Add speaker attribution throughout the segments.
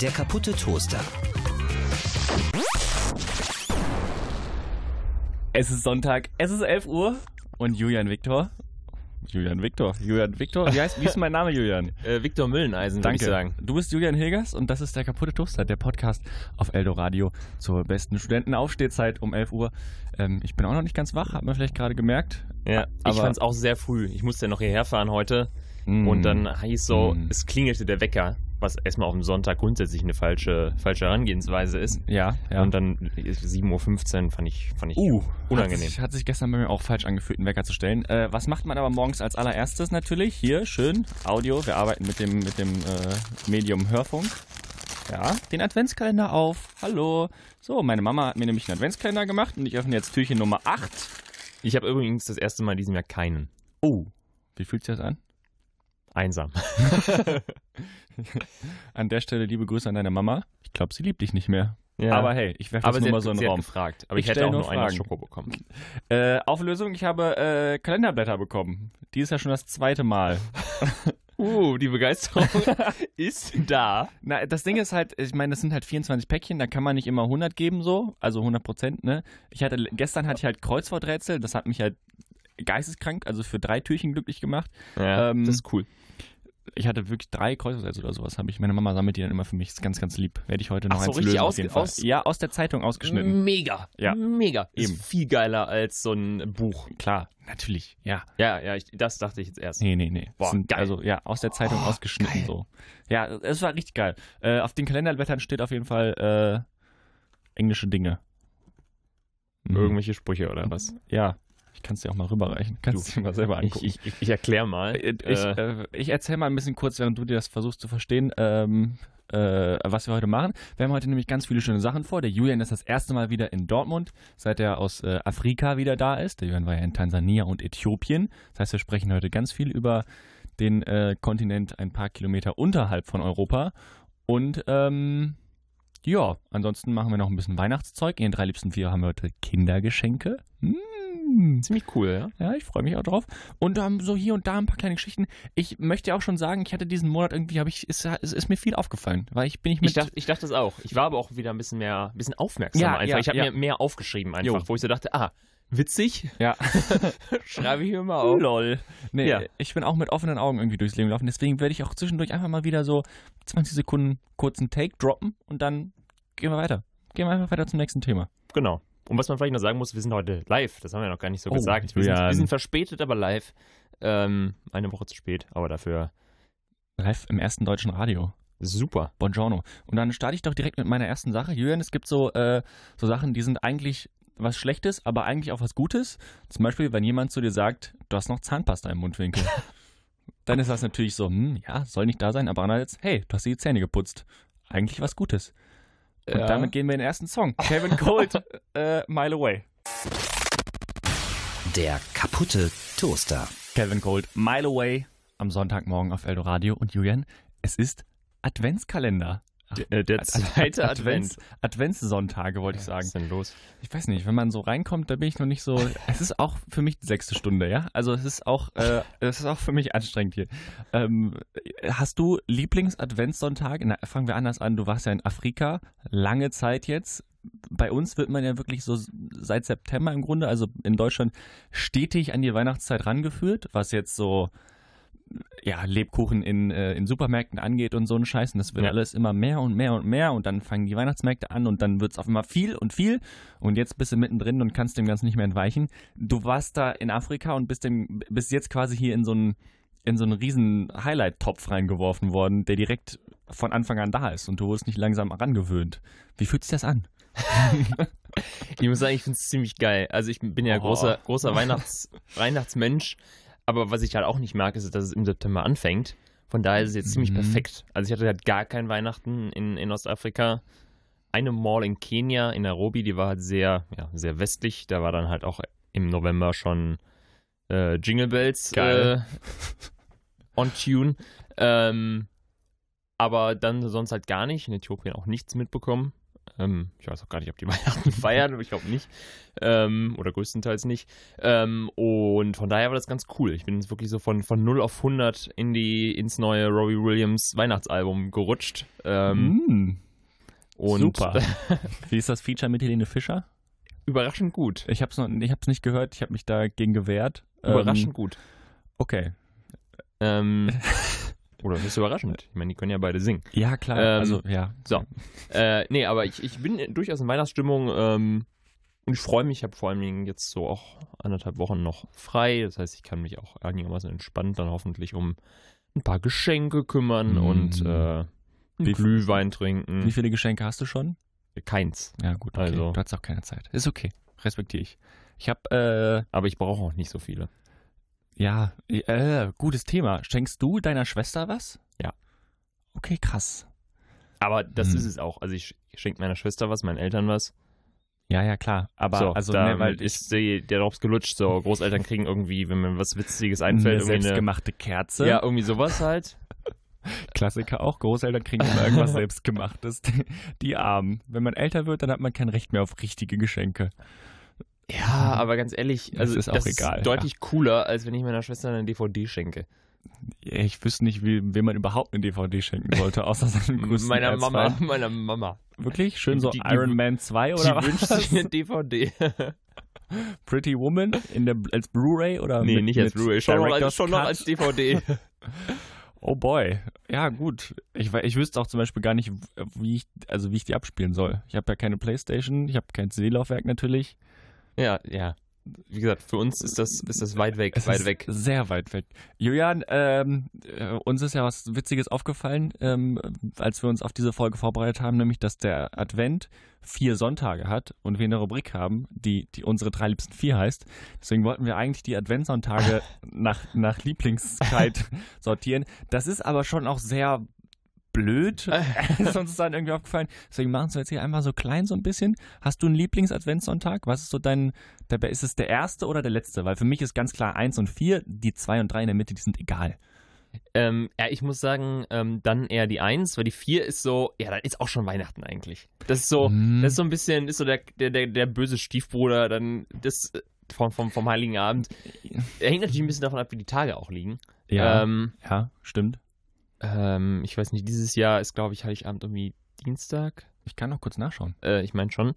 Speaker 1: Der kaputte Toaster.
Speaker 2: Es ist Sonntag, es ist 11 Uhr und Julian Viktor. Julian Viktor, Julian Viktor, wie, heißt, wie ist mein Name, Julian?
Speaker 3: Äh, Viktor Mülleneisen, würde ich sagen.
Speaker 2: Du bist Julian Hilgers und das ist der kaputte Toaster, der Podcast auf Eldoradio zur besten Studentenaufstehzeit um 11 Uhr. Ähm, ich bin auch noch nicht ganz wach, hat man vielleicht gerade gemerkt.
Speaker 3: Ja, ich
Speaker 2: aber-
Speaker 3: fand es auch sehr früh. Ich musste ja noch hierher fahren heute
Speaker 2: Mm.
Speaker 3: und dann hieß so,
Speaker 2: Mm.
Speaker 3: es klingelte der Wecker, was erstmal auf dem Sonntag grundsätzlich eine falsche, falsche Herangehensweise ist.
Speaker 2: Ja, ja.
Speaker 3: Und dann 7.15 Uhr fand ich, fand ich
Speaker 2: Uh,
Speaker 3: unangenehm.
Speaker 2: Hat sich, hat sich gestern bei mir auch falsch angefühlt, einen Wecker zu stellen. Äh, was macht man aber morgens als allererstes natürlich? Hier, schön, Audio. Wir arbeiten mit dem, mit dem äh, Medium Hörfunk. Ja, den Adventskalender auf. Hallo. So, meine Mama hat mir nämlich einen Adventskalender gemacht und ich öffne jetzt Türchen Nummer 8.
Speaker 3: Ich habe übrigens das erste Mal in diesem Jahr keinen.
Speaker 2: Oh, wie fühlt sich das an?
Speaker 3: Einsam.
Speaker 2: An der Stelle liebe Grüße an deine Mama. Ich glaube, sie liebt dich nicht mehr. Aber hey, ich werfe
Speaker 3: aber
Speaker 2: jetzt
Speaker 3: sie
Speaker 2: nur mal
Speaker 3: hat,
Speaker 2: so einen
Speaker 3: sie
Speaker 2: Raum.
Speaker 3: hat gefragt. Aber
Speaker 2: Ich
Speaker 3: ich, hätte
Speaker 2: stell
Speaker 3: auch
Speaker 2: nur
Speaker 3: nur eine
Speaker 2: Fragen.
Speaker 3: Schoko bekommen.
Speaker 2: Äh, Auflösung, ich habe äh, Kalenderblätter bekommen. Dieses Jahr schon das zweite Mal.
Speaker 3: Uh, die Begeisterung ist da.
Speaker 2: Na, das Ding ist halt, ich meine, das sind halt 24 Päckchen, da kann man nicht immer 100 geben so, also 100 Prozent, ne? Ich hatte, gestern hatte ich halt Kreuzworträtsel, das hat mich halt geisteskrank, also für drei Türchen glücklich gemacht.
Speaker 3: Ja,
Speaker 2: Ähm,
Speaker 3: das ist cool.
Speaker 2: Ich hatte wirklich drei Kreuzworträtsel oder sowas, habe ich, meine Mama sammelt die dann immer für mich, ist ganz, ganz lieb. Werde ich heute noch
Speaker 3: Ach so,
Speaker 2: eins
Speaker 3: richtig
Speaker 2: lösen
Speaker 3: aus- aus- Mm.
Speaker 2: Ja, aus der Zeitung ausgeschnitten.
Speaker 3: Mega.
Speaker 2: Ja.
Speaker 3: Mega.
Speaker 2: Eben.
Speaker 3: Ist viel geiler als so ein Buch.
Speaker 2: Klar, natürlich, ja.
Speaker 3: Ja, ja, ich, das dachte ich jetzt erst.
Speaker 2: Nee, nee, nee.
Speaker 3: Boah,
Speaker 2: sind,
Speaker 3: geil.
Speaker 2: Also ja, aus der Zeitung
Speaker 3: Oh,
Speaker 2: ausgeschnitten
Speaker 3: geil.
Speaker 2: so. Ja, es war richtig geil. Äh, auf den Kalenderblättern steht auf jeden Fall äh, englische Dinge. Mhm.
Speaker 3: Irgendwelche Sprüche oder was?
Speaker 2: Ja, ich kann es dir auch mal rüberreichen. Kannst du dir mal selber
Speaker 3: Ich,
Speaker 2: angucken.
Speaker 3: ich, ich, ich erkläre mal.
Speaker 2: Äh, ich,
Speaker 3: äh,
Speaker 2: äh, ich erzähle mal ein bisschen kurz, während du dir das versuchst zu verstehen, ähm, äh, was wir heute machen. Wir haben heute nämlich ganz viele schöne Sachen vor. Der Julian ist das erste Mal wieder in Dortmund, seit er aus äh, Afrika wieder da ist. Der Julian war ja in Tansania und Äthiopien. Das heißt, wir sprechen heute ganz viel über den äh, Kontinent ein paar Kilometer unterhalb von Europa. Und ähm, ja, ansonsten machen wir noch ein bisschen Weihnachtszeug. In den drei liebsten vier haben wir heute Kindergeschenke. Mm.
Speaker 3: ziemlich cool, ja?
Speaker 2: Ja, ich freue mich auch drauf. Und ähm, so hier und da ein paar kleine Geschichten. Ich möchte ja auch schon sagen, ich hatte diesen Monat irgendwie, habe ich, ist, ist, ist mir viel aufgefallen, weil ich bin ich mit.
Speaker 3: Ich dachte, ich dachte das auch. Ich war aber auch wieder ein bisschen mehr, ein bisschen aufmerksamer
Speaker 2: Ja,
Speaker 3: einfach.
Speaker 2: ja,
Speaker 3: ich habe
Speaker 2: ja.
Speaker 3: mir mehr aufgeschrieben einfach,
Speaker 2: Jo.
Speaker 3: wo ich so dachte, ah, witzig,
Speaker 2: ja,
Speaker 3: schreibe ich mir mal auf.
Speaker 2: lol. Nee,
Speaker 3: Ja.
Speaker 2: ich bin auch mit offenen Augen irgendwie durchs Leben gelaufen. Deswegen werde ich auch zwischendurch einfach mal wieder so 20 Sekunden kurzen Take droppen und dann gehen wir weiter. Gehen wir einfach weiter zum nächsten Thema.
Speaker 3: Genau. Und was man vielleicht noch sagen muss, wir sind heute live. Das haben wir noch gar nicht so
Speaker 2: Oh,
Speaker 3: gesagt. Wir sind,
Speaker 2: Julian.
Speaker 3: wir sind verspätet, aber live. Ähm, eine Woche zu spät, aber dafür
Speaker 2: Live im ersten deutschen Radio.
Speaker 3: super.
Speaker 2: Buongiorno. Und dann starte ich doch direkt mit meiner ersten Sache. Julian, es gibt so, äh, so Sachen, die sind eigentlich was Schlechtes, aber eigentlich auch was Gutes. Zum Beispiel, wenn jemand zu dir sagt, du hast noch Zahnpasta im Mundwinkel. dann ist das natürlich so, hm, ja, soll nicht da sein, aber andererseits, hey, du hast dir die Zähne geputzt. Eigentlich was Gutes. Und
Speaker 3: Ja.
Speaker 2: damit gehen wir in den ersten Song. Kevin Cold, äh, Mile Away.
Speaker 1: Der kaputte Toaster.
Speaker 2: Kevin Cold, Mile Away, am Sonntagmorgen auf Eldoradio. Und Julian, es ist Adventskalender.
Speaker 3: Äh, der zweite Advent.
Speaker 2: Advents- Adventssonntage, wollte ich sagen.
Speaker 3: Was ist denn los?
Speaker 2: Ich weiß nicht, wenn man so reinkommt, da bin ich noch nicht so. Es ist auch für mich die sechste Stunde, ja? Also es ist auch, äh, es ist auch für mich anstrengend hier. Ähm, hast du Lieblings-Adventssonntag? Na, fangen wir anders an. Du warst ja in Afrika lange Zeit jetzt. Bei uns wird man ja wirklich so seit September im Grunde, also in Deutschland, stetig an die Weihnachtszeit rangeführt, was jetzt so ja, Lebkuchen in, äh, in Supermärkten angeht und so ein Scheiß. Und das wird
Speaker 3: Ja.
Speaker 2: alles immer mehr und mehr und mehr. Und dann fangen die Weihnachtsmärkte an und dann wird es auf einmal viel und viel. Und jetzt bist du mittendrin und kannst dem Ganzen nicht mehr entweichen. Du warst da in Afrika und bist, dem, bist jetzt quasi hier in so einen in so einen riesen Highlight-Topf reingeworfen worden, der direkt von Anfang an da ist und du wurdest nicht langsam herangewöhnt. Wie fühlt sich das an?
Speaker 3: Ich muss sagen, ich finde es ziemlich geil. Also ich bin ja
Speaker 2: Oh.
Speaker 3: großer, großer Weihnachts, Weihnachtsmensch, aber was ich halt auch nicht mag, ist, dass es im September anfängt. Von daher ist es jetzt ziemlich
Speaker 2: Mhm.
Speaker 3: perfekt. Also ich hatte halt gar kein Weihnachten in, in Ostafrika. Eine Mall in Kenia, in Nairobi, die war halt sehr, ja, sehr westlich. Da war dann halt auch im November schon äh, Jingle Bells äh,
Speaker 2: Geil.
Speaker 3: on Tune. Ähm, aber dann sonst halt gar nicht. In Äthiopien auch nichts mitbekommen. Ähm, ich weiß auch gar nicht, ob die Weihnachten feiern, aber ich glaube nicht. Ähm, oder größtenteils nicht. Ähm, und von daher war das ganz cool. Ich bin jetzt wirklich so von, von 0 auf 100 in die, ins neue Robbie Williams Weihnachtsalbum gerutscht. Ähm,
Speaker 2: Mm,
Speaker 3: und
Speaker 2: super. Wie ist das Feature mit Helene Fischer?
Speaker 3: überraschend gut.
Speaker 2: Ich hab's, noch, ich hab's nicht gehört, ich habe mich dagegen gewehrt. Ähm,
Speaker 3: Überraschend gut.
Speaker 2: Okay.
Speaker 3: Ähm, oder das ist überraschend. Ich meine, die können ja beide singen.
Speaker 2: Ja, klar.
Speaker 3: Ähm,
Speaker 2: also, ja.
Speaker 3: So. Äh, nee, aber ich, ich bin durchaus in Weihnachtsstimmung ähm, und ich freue mich. Ich habe vor allen Dingen jetzt so auch anderthalb Wochen noch frei. Das heißt, ich kann mich auch einigermaßen entspannt dann hoffentlich um ein paar Geschenke kümmern
Speaker 2: Mhm.
Speaker 3: und äh, einen
Speaker 2: Wie-
Speaker 3: Glühwein
Speaker 2: Wie
Speaker 3: trinken.
Speaker 2: viele Geschenke hast du schon?
Speaker 3: Keins.
Speaker 2: Ja, gut. Okay.
Speaker 3: hm. Also-
Speaker 2: Du hast auch keine Zeit. Ist okay. Respektiere ich. Ich äh, habe,
Speaker 3: Aber ich brauche auch nicht so viele.
Speaker 2: äh, ja, äh, gutes Thema. Schenkst du deiner Schwester was?
Speaker 3: Ja.
Speaker 2: Okay, krass.
Speaker 3: Aber das
Speaker 2: Hm.
Speaker 3: ist es auch. Also ich sch- ich schenke meiner Schwester was, meinen Eltern was.
Speaker 2: Ja, ja, klar. Aber
Speaker 3: so,
Speaker 2: also,
Speaker 3: da
Speaker 2: ne, weil ich
Speaker 3: ist die, der Drops gelutscht. So, Großeltern kriegen irgendwie, wenn mir was Witziges
Speaker 2: eine
Speaker 3: einfällt, irgendwie eine,
Speaker 2: selbstgemachte Kerze.
Speaker 3: ja, irgendwie sowas halt.
Speaker 2: Klassiker auch. Großeltern kriegen immer irgendwas selbstgemachtes. Die, die Armen. Wenn man älter wird, dann hat man kein Recht mehr auf richtige Geschenke.
Speaker 3: Ja, aber ganz ehrlich,
Speaker 2: Das
Speaker 3: also
Speaker 2: ist auch egal,
Speaker 3: Ist deutlich cooler, als wenn ich meiner Schwester eine DVD schenke.
Speaker 2: Ich wüsste nicht, wie, wem man überhaupt eine DVD schenken sollte, außer seinem größten
Speaker 3: meiner Mama,
Speaker 2: Erzfeind.
Speaker 3: meiner Mama.
Speaker 2: Wirklich? Schön so
Speaker 3: Die- die-
Speaker 2: Iron Man 2
Speaker 3: Die
Speaker 2: oder was?
Speaker 3: wünscht sich eine DVD.
Speaker 2: Pretty Woman in der, als Blu-ray oder
Speaker 3: nee,
Speaker 2: mit,
Speaker 3: nicht als
Speaker 2: mit
Speaker 3: Blu-ray, schon, noch als-
Speaker 2: Director's
Speaker 3: schon noch
Speaker 2: Cut?
Speaker 3: als DVD.
Speaker 2: Oh boy. Ja, gut. Ich, wei- ich wüsste auch zum Beispiel gar nicht, wie ich, also wie ich die abspielen soll. Ich habe ja keine Playstation, ich habe kein CD-Laufwerk natürlich.
Speaker 3: ja, ja. Wie gesagt, für uns ist das, ist das weit weg,
Speaker 2: Es
Speaker 3: weit
Speaker 2: ist
Speaker 3: weg.
Speaker 2: Sehr weit weg. Julian, ähm, äh, uns ist ja was Witziges aufgefallen, ähm, als wir uns auf diese Folge vorbereitet haben, nämlich, dass der Advent vier Sonntage hat und wir eine Rubrik haben, die, die unsere drei liebsten vier heißt. Deswegen wollten wir eigentlich die Adventssonntage nach, nach Lieblingszeit sortieren. Das ist aber schon auch sehr blöd, ist uns dann irgendwie aufgefallen. Deswegen machen wir jetzt hier einmal so klein so ein bisschen. Hast du einen Lieblings-Adventssonntag? Was ist so dein, dabei ist es der erste oder der letzte? Weil für mich ist ganz klar eins und vier, die zwei und drei in der Mitte, die sind egal.
Speaker 3: Ähm, ja, ich muss sagen, ähm, dann eher die Eins, weil die Vier ist so, ja, dann ist auch schon Weihnachten eigentlich. Das ist so,
Speaker 2: Mhm.
Speaker 3: das ist so ein bisschen, ist so der, der, der, der böse Stiefbruder, dann das äh, vom, vom, vom Heiligen Abend. Er hängt natürlich ein bisschen davon ab, wie die Tage auch liegen. Ähm,
Speaker 2: ja, stimmt.
Speaker 3: Ähm, ich weiß nicht, dieses Jahr ist, glaube ich, Heiligabend irgendwie Dienstag.
Speaker 2: Ich kann noch kurz nachschauen.
Speaker 3: Äh, ich meine schon.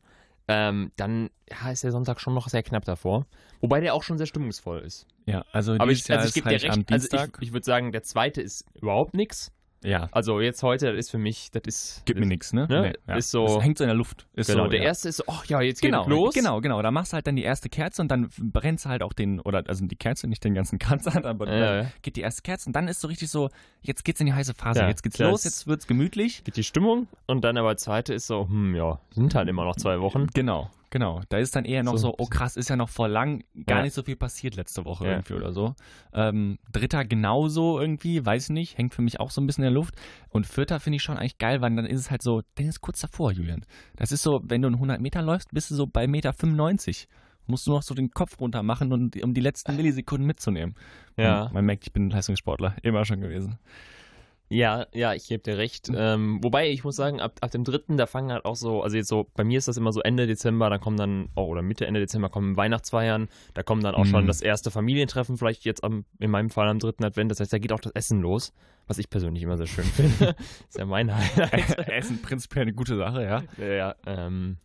Speaker 3: Ähm, dann ja, ist der Sonntag schon noch sehr knapp davor. Wobei der auch schon sehr stimmungsvoll ist.
Speaker 2: Ja, also
Speaker 3: Aber
Speaker 2: dieses
Speaker 3: ich,
Speaker 2: Jahr
Speaker 3: also
Speaker 2: ist
Speaker 3: ich gebe dir recht.
Speaker 2: Heiligabend
Speaker 3: Also ich,
Speaker 2: Dienstag.
Speaker 3: ich würde sagen, der zweite ist überhaupt nichts.
Speaker 2: ja,
Speaker 3: Also jetzt heute, das ist für mich, das ist.
Speaker 2: gibt
Speaker 3: das,
Speaker 2: mir nichts, ne?
Speaker 3: Ne?
Speaker 2: ja.
Speaker 3: Ist so-
Speaker 2: das hängt so in der Luft. Ist
Speaker 3: Genau,
Speaker 2: so,
Speaker 3: der
Speaker 2: ja.
Speaker 3: erste ist, ach ja, jetzt
Speaker 2: Genau,
Speaker 3: geht's los.
Speaker 2: genau, genau. Da machst du halt dann die erste Kerze und dann brennst du halt auch den, oder also die Kerze, nicht den ganzen Kranz an, aber
Speaker 3: Ja,
Speaker 2: dann
Speaker 3: ja.
Speaker 2: geht die erste Kerze und dann ist so richtig so, jetzt geht's in die heiße Phase,
Speaker 3: Ja,
Speaker 2: jetzt geht's
Speaker 3: klar,
Speaker 2: los,
Speaker 3: es-
Speaker 2: jetzt wird's gemütlich.
Speaker 3: Geht die Stimmung und dann aber zweite ist so, hm, ja, sind halt immer noch zwei Wochen.
Speaker 2: Genau, genau. Da ist dann eher noch
Speaker 3: So.
Speaker 2: so, oh krass, ist ja noch vor lang, gar
Speaker 3: Ja.
Speaker 2: nicht so viel passiert letzte Woche
Speaker 3: Ja.
Speaker 2: irgendwie oder so. Ähm, Dritter genauso irgendwie, weiß nicht, hängt für mich auch so ein bisschen in der Luft. Und Vierter finde ich schon eigentlich geil, weil dann ist es halt so, dann ist kurz davor, Julian. Das ist so, wenn du einen 100 Meter läufst, bist du so bei Meter 95. Musst du noch so den Kopf runter machen, und, um die letzten Millisekunden mitzunehmen.
Speaker 3: Ja.
Speaker 2: Man merkt, ich bin ein Leistungssportler, immer schon gewesen.
Speaker 3: Ja, ja, ich gebe dir
Speaker 2: Hm.
Speaker 3: recht. Ähm, wobei, ich muss sagen, ab, ab dem dritten, da fangen halt auch so, also jetzt so, bei mir ist das immer so Ende Dezember, dann kommen dann, oh, oder Mitte, Ende Dezember kommen Weihnachtsfeiern, da kommen dann auch schon
Speaker 2: Mhm.
Speaker 3: das erste Familientreffen, vielleicht jetzt am, in meinem Fall am dritten Advent, das heißt, da geht auch das Essen los, was ich persönlich immer sehr schön finde. ist ja mein Highlight.
Speaker 2: Essen prinzipiell eine gute Sache, ja.
Speaker 3: ja, ja, ähm,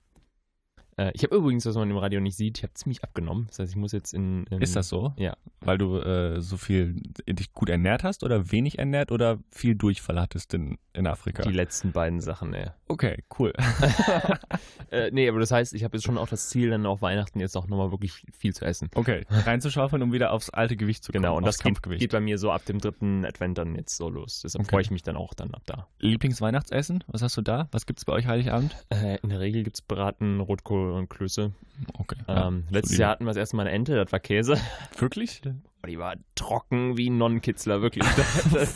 Speaker 3: äh, ich habe übrigens, was man im Radio nicht sieht, ich habe ziemlich abgenommen, das heißt, ich muss jetzt in... in
Speaker 2: Ist das so?
Speaker 3: Mhm. Ja.
Speaker 2: Weil du äh, so viel dich gut ernährt hast oder wenig ernährt oder viel Durchfall hattest in, in Afrika?
Speaker 3: Die letzten beiden Sachen, ey.
Speaker 2: Okay, cool.
Speaker 3: Äh, nee, aber das heißt, ich habe jetzt schon auch das Ziel, dann auf Weihnachten jetzt auch nochmal wirklich viel zu essen.
Speaker 2: Okay, reinzuschaufeln, um wieder aufs alte Gewicht zu kommen.
Speaker 3: Genau, und
Speaker 2: aufs
Speaker 3: das geht, geht bei mir so ab dem dritten Advent dann jetzt so los. Deshalb
Speaker 2: Okay.
Speaker 3: freue ich mich dann auch dann ab da.
Speaker 2: Lieblingsweihnachtsessen? Was hast du da? Was gibt's bei euch Heiligabend?
Speaker 3: Äh, in der Regel gibt es Braten, Rotkohl und Klöße.
Speaker 2: Okay.
Speaker 3: ähm, letztes
Speaker 2: solide.
Speaker 3: Jahr hatten wir das erste Mal eine Ente, das war Käse.
Speaker 2: Wirklich?
Speaker 3: Aber die war trocken wie ein Nonnenkitzler, wirklich. das,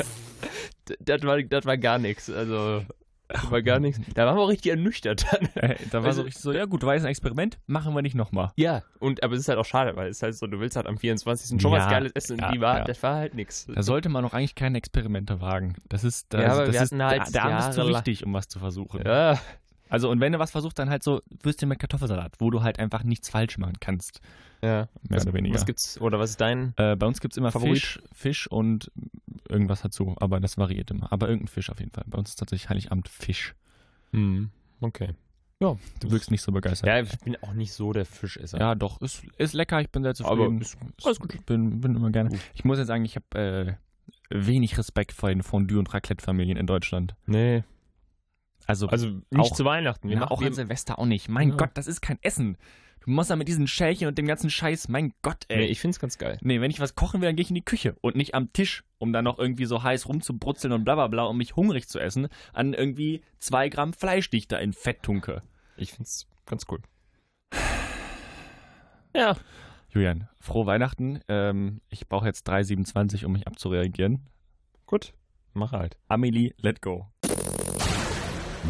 Speaker 3: das, war, das war gar nichts. Also, das war gar nichts. Da waren wir auch richtig ernüchtert dann.
Speaker 2: Äh, da war
Speaker 3: Also-
Speaker 2: so richtig so, ja gut, war jetzt ein Experiment, machen wir nicht nochmal.
Speaker 3: Ja, und aber es ist halt auch schade, weil es ist halt so, du willst halt am 24. schon
Speaker 2: Ja,
Speaker 3: was Geiles essen.
Speaker 2: ja,
Speaker 3: und die war,
Speaker 2: ja.
Speaker 3: das war halt nichts.
Speaker 2: Da sollte man auch eigentlich keine Experimente wagen. Das ist, das,
Speaker 3: Ja, aber
Speaker 2: das
Speaker 3: wir
Speaker 2: ist
Speaker 3: hatten halt
Speaker 2: der, der Abend ist zu
Speaker 3: jahrelang-
Speaker 2: wichtig, um was zu versuchen.
Speaker 3: Ja,
Speaker 2: Also, und wenn du was versuchst, dann halt so Würstchen mit Kartoffelsalat, wo du halt einfach nichts falsch machen kannst.
Speaker 3: Ja.
Speaker 2: Mehr oder weniger.
Speaker 3: Was gibt's, oder was ist dein?
Speaker 2: Äh, bei uns gibt es immer
Speaker 3: Favorit?
Speaker 2: Fisch, Fisch und irgendwas dazu, aber das variiert immer. Aber irgendein Fisch auf jeden Fall. Bei uns ist tatsächlich Heiligabend Fisch.
Speaker 3: Hm, okay.
Speaker 2: Ja, du wirkst nicht so begeistert.
Speaker 3: Ja, ich bin auch nicht so der Fischesser.
Speaker 2: Ja, doch, ist, ist lecker, ich bin sehr zufrieden.
Speaker 3: Aber ist- alles gut.
Speaker 2: Bin, bin immer gerne.
Speaker 3: Gut.
Speaker 2: Ich muss jetzt sagen, ich habe äh, wenig Respekt vor den Fondue- und Raclette-Familien in Deutschland.
Speaker 3: Nee.
Speaker 2: Also,
Speaker 3: Also nicht
Speaker 2: Auch-
Speaker 3: zu Weihnachten. Wir
Speaker 2: ja,
Speaker 3: machen
Speaker 2: auch
Speaker 3: wir-
Speaker 2: an Silvester auch nicht. Mein
Speaker 3: Ja.
Speaker 2: Gott, das ist kein Essen. Du musst da mit diesen Schälchen und dem ganzen Scheiß, mein Gott, ey.
Speaker 3: nee, ich find's ganz geil.
Speaker 2: Nee, wenn ich was kochen will, dann gehe ich in die Küche und nicht am Tisch, um dann noch irgendwie so heiß rumzubrutzeln und bla bla bla, um mich hungrig zu essen, an irgendwie zwei Gramm Fleisch, die ich da in Fett tunke.
Speaker 3: Ich find's ganz cool. Ja.
Speaker 2: Julian, frohe Weihnachten. Ähm, ich brauche jetzt 3,27, um mich abzureagieren.
Speaker 3: Gut. Mach halt.
Speaker 2: Amelie, let go.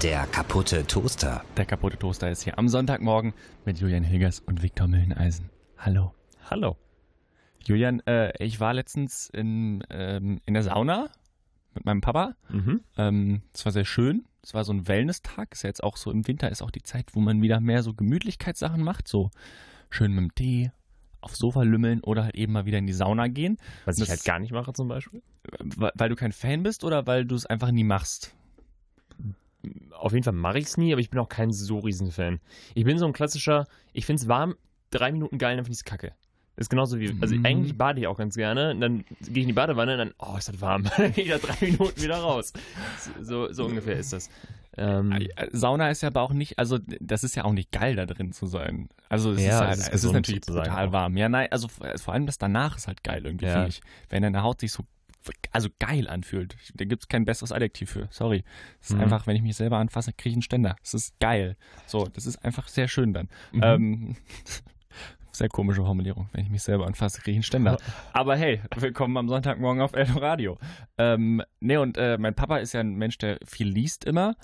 Speaker 1: Der kaputte Toaster.
Speaker 2: Der kaputte Toaster ist hier am Sonntagmorgen mit Julian Hilgers und Viktor Mülleneisen. Hallo.
Speaker 3: Hallo.
Speaker 2: Julian, äh, ich war letztens in, ähm, in der Sauna mit meinem Papa
Speaker 3: Mhm.
Speaker 2: Ähm, es war sehr schön. Es war so ein Wellness-Tag. Ist ja jetzt auch so im Winter, ist auch die Zeit, wo man wieder mehr so Gemütlichkeitssachen macht. So schön mit dem Tee, aufs Sofa lümmeln oder halt eben mal wieder in die Sauna gehen.
Speaker 3: Was
Speaker 2: Das-
Speaker 3: ich halt gar nicht mache zum Beispiel.
Speaker 2: Weil weil du kein Fan bist oder weil du es einfach nie machst.
Speaker 3: Auf jeden Fall mache ich's nie, aber ich bin auch kein so riesen Fan. Ich bin so ein klassischer, ich find's warm, drei Minuten geil, dann find ich's kacke. Ist genauso wie, also
Speaker 2: Mhm.
Speaker 3: eigentlich bade ich auch ganz gerne, und dann gehe ich in die Badewanne und dann, oh, ist das warm. dann gehe ich da drei Minuten wieder raus. So, so ungefähr ist das. Ähm,
Speaker 2: Äh, Sauna ist ja aber auch nicht, also das ist ja auch nicht geil, da drin zu sein. Also es
Speaker 3: Ja,
Speaker 2: ist,
Speaker 3: es
Speaker 2: halt,
Speaker 3: ist
Speaker 2: es ist
Speaker 3: gesund
Speaker 2: natürlich
Speaker 3: sozusagen
Speaker 2: total
Speaker 3: auch.
Speaker 2: warm. Ja, nein, also vor vor allem das danach ist halt geil irgendwie,
Speaker 3: Ja.
Speaker 2: finde ich. Wenn deine Haut sich so also geil anfühlt. Da gibt es kein besseres Adjektiv für. Sorry. Es ist
Speaker 3: Mhm.
Speaker 2: einfach, wenn ich mich selber anfasse, kriege ich einen Ständer. Es ist geil. So, das ist einfach sehr schön dann.
Speaker 3: Mhm.
Speaker 2: Ähm, sehr komische Formulierung. Wenn ich mich selber anfasse, kriege ich einen Ständer. Aber hey, willkommen am Sonntagmorgen auf Eldo Radio. Ähm, nee, und äh, mein Papa ist ja ein Mensch, der viel liest immer.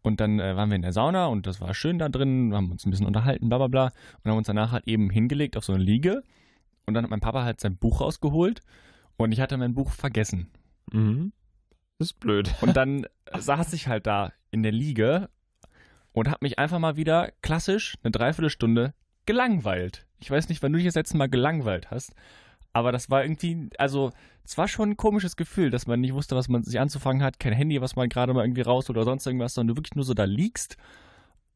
Speaker 2: Und dann äh, waren wir in der Sauna und das war schön da drin, haben uns ein bisschen unterhalten, bla bla bla. Und haben uns danach halt eben hingelegt auf so eine Liege. Und dann hat mein Papa halt sein Buch rausgeholt und ich hatte mein Buch vergessen.
Speaker 3: mhm. Das ist blöd.
Speaker 2: Und dann saß ich halt da in der Liege und habe mich einfach mal wieder klassisch eine Dreiviertelstunde gelangweilt. Ich weiß nicht, wann du dich das letzte Mal gelangweilt hast, aber das war irgendwie, also es war schon ein komisches Gefühl, dass man nicht wusste, was man sich anzufangen hat, kein Handy, was man gerade mal irgendwie raus oder sonst irgendwas, sondern du wirklich nur so da liegst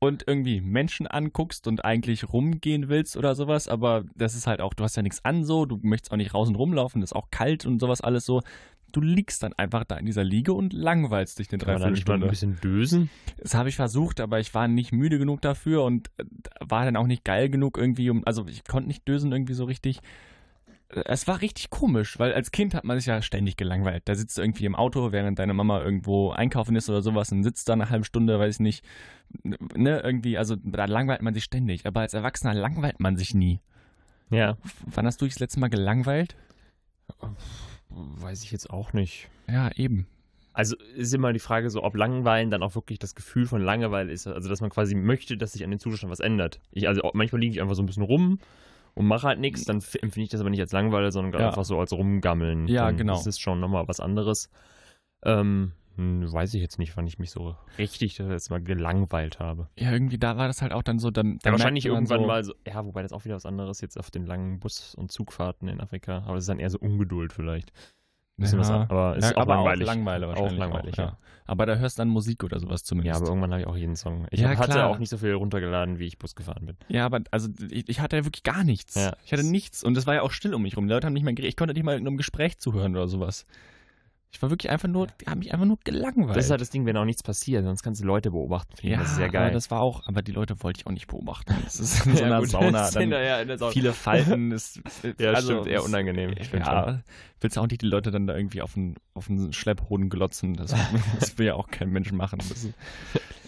Speaker 2: und irgendwie Menschen anguckst und eigentlich rumgehen willst oder sowas, aber das ist halt auch, du hast ja nichts an so, du möchtest auch nicht raus und rumlaufen, ist auch kalt und sowas alles so. Du liegst dann einfach da in dieser Liege und langweilst dich eine
Speaker 3: Kann man da nicht mal ein
Speaker 2: Dreiviertelstunde.
Speaker 3: bisschen dösen?
Speaker 2: Das habe ich versucht, aber ich war nicht müde genug dafür und äh, war dann auch nicht geil genug irgendwie. Um, also ich konnte nicht dösen irgendwie so richtig. Äh, Es war richtig komisch, weil als Kind hat man sich ja ständig gelangweilt. Da sitzt du irgendwie im Auto, während deine Mama irgendwo einkaufen ist oder sowas und sitzt da eine halbe Stunde, weiß ich nicht. Ne, irgendwie, also da langweilt man sich ständig. Aber als Erwachsener langweilt man sich nie.
Speaker 3: Ja.
Speaker 2: Wann hast du dich das letzte Mal gelangweilt?
Speaker 3: Weiß ich jetzt auch nicht.
Speaker 2: Ja, eben.
Speaker 3: Also ist immer die Frage so, ob Langweilen dann auch wirklich das Gefühl von Langeweile ist. Also dass man quasi möchte, dass sich an dem Zustand was ändert. Ich, also auch- manchmal liege ich einfach so ein bisschen rum und mache halt nichts, dann f- empfinde ich das aber nicht als Langeweile, sondern
Speaker 2: Hm. Ja.
Speaker 3: einfach so als rumgammeln.
Speaker 2: Ja,
Speaker 3: dann
Speaker 2: genau.
Speaker 3: Das ist schon nochmal was anderes. Ähm, hm, weiß ich jetzt nicht, wann ich mich so richtig das letzte Mal gelangweilt habe.
Speaker 2: Ja, irgendwie da war das halt auch dann so. Dann,
Speaker 3: Ja,
Speaker 2: dann
Speaker 3: wahrscheinlich
Speaker 2: merkte man
Speaker 3: irgendwann
Speaker 2: so,
Speaker 3: mal so, ja, wobei das auch wieder was anderes jetzt auf den langen Bus- und Zugfahrten in Afrika, aber es ist dann eher so Ungeduld vielleicht. Bisschen was,
Speaker 2: ja.
Speaker 3: aber ist
Speaker 2: Ja,
Speaker 3: auch langweilig.
Speaker 2: Auch Langweile wahrscheinlich.
Speaker 3: Auch langweilig,
Speaker 2: ja.
Speaker 3: ja.
Speaker 2: Aber da hörst du dann Musik oder sowas
Speaker 3: Ja,
Speaker 2: zumindest.
Speaker 3: aber irgendwann habe ich auch jeden Song. Ich
Speaker 2: Ja,
Speaker 3: hatte
Speaker 2: klar.
Speaker 3: auch nicht so viel runtergeladen, wie ich Bus gefahren bin.
Speaker 2: Ja, aber also ich, ich hatte ja wirklich gar nichts.
Speaker 3: Ja.
Speaker 2: Ich hatte nichts und es war ja auch still um mich rum. Die Leute haben nicht mehr geredet. Ich konnte nicht mal in einem Gespräch zuhören oder sowas. Ich war wirklich einfach nur, habe mich einfach nur gelangweilt.
Speaker 3: Das ist halt das Ding, wenn auch nichts passiert, sonst kannst du Leute beobachten. Finde ich,
Speaker 2: ja,
Speaker 3: das ist sehr
Speaker 2: Aber
Speaker 3: geil.
Speaker 2: das war auch, aber die Leute wollte ich auch nicht beobachten. Das ist in so einer
Speaker 3: gut,
Speaker 2: Sauna.
Speaker 3: das
Speaker 2: Dann
Speaker 3: sind da ja in der Sauna.
Speaker 2: viele Falten. Ist,
Speaker 3: ja,
Speaker 2: also,
Speaker 3: stimmt, eher
Speaker 2: das-
Speaker 3: unangenehm. Stimmt schon.
Speaker 2: Ja, willst du auch nicht die Leute dann da irgendwie auf den, auf den Schlepphoden glotzen? Das, das will ja auch kein Mensch machen. Das ist,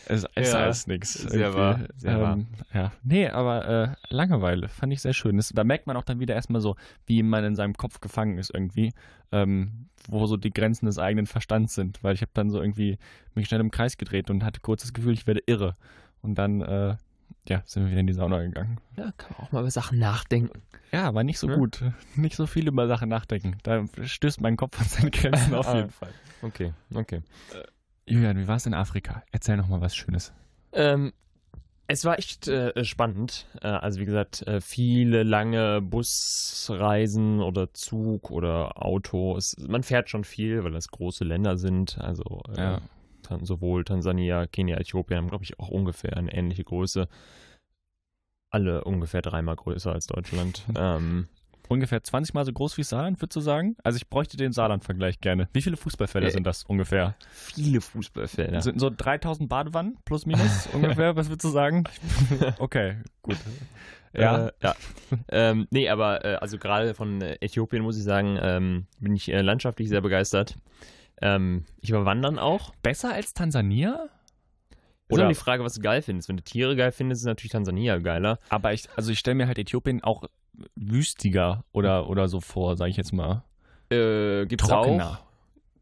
Speaker 2: es ist
Speaker 3: Ja,
Speaker 2: alles nichts. irgendwie.
Speaker 3: sehr
Speaker 2: Ähm,
Speaker 3: wahr, sehr wahr.
Speaker 2: Ja. Nee, aber äh, Langeweile fand ich sehr schön. Das, da merkt man auch dann wieder erstmal so, wie man in seinem Kopf gefangen ist irgendwie, ähm, wo so die Grenzen des eigenen Verstands sind. Weil ich habe dann so irgendwie mich schnell im Kreis gedreht und hatte kurz das Gefühl, ich werde irre. Und dann, äh, ja, sind wir wieder in die Sauna gegangen.
Speaker 3: Ja, kann man auch mal über Sachen nachdenken.
Speaker 2: Ja, aber nicht so
Speaker 3: Ja.
Speaker 2: gut. Nicht so viel über Sachen nachdenken. Da stößt mein Kopf an seine Grenzen auf
Speaker 3: Ah.
Speaker 2: jeden Fall.
Speaker 3: Okay, okay.
Speaker 2: Julian, wie war es in Afrika? Erzähl noch mal was Schönes.
Speaker 3: Ähm, es war echt äh, spannend. Äh, also wie gesagt, äh, viele lange Busreisen oder Zug oder Auto. Es, man fährt schon viel, weil das große Länder sind. Also äh,
Speaker 2: Ja.
Speaker 3: tan- sowohl Tansania, Kenia, Äthiopien haben, glaube ich, auch ungefähr eine ähnliche Größe. Alle ungefähr dreimal größer als Deutschland. ähm,
Speaker 2: Ungefähr 20 Mal so groß wie Saarland, würdest du sagen? Also ich bräuchte den Saarland-Vergleich gerne. Wie viele Fußballfelder
Speaker 3: Äh,
Speaker 2: sind das ungefähr?
Speaker 3: viele Fußballfelder.
Speaker 2: Sind so 3000 Badewannen plus minus ungefähr, was würdest du sagen? okay, gut. Ja,
Speaker 3: Äh, ja. ähm, nee, aber äh, also gerade von äh, Äthiopien muss ich sagen, ähm, bin ich äh, landschaftlich sehr begeistert. Ähm, ich war wandern auch.
Speaker 2: besser als Tansania?
Speaker 3: Oder
Speaker 2: Oder-
Speaker 3: die Frage, was du geil findest. Wenn du Tiere geil findest, ist natürlich Tansania geiler.
Speaker 2: Aber ich, also ich stelle mir halt Äthiopien auch wüstiger oder, oder so vor, sage ich jetzt mal.
Speaker 3: Äh, gibt's
Speaker 2: Trockener.
Speaker 3: auch.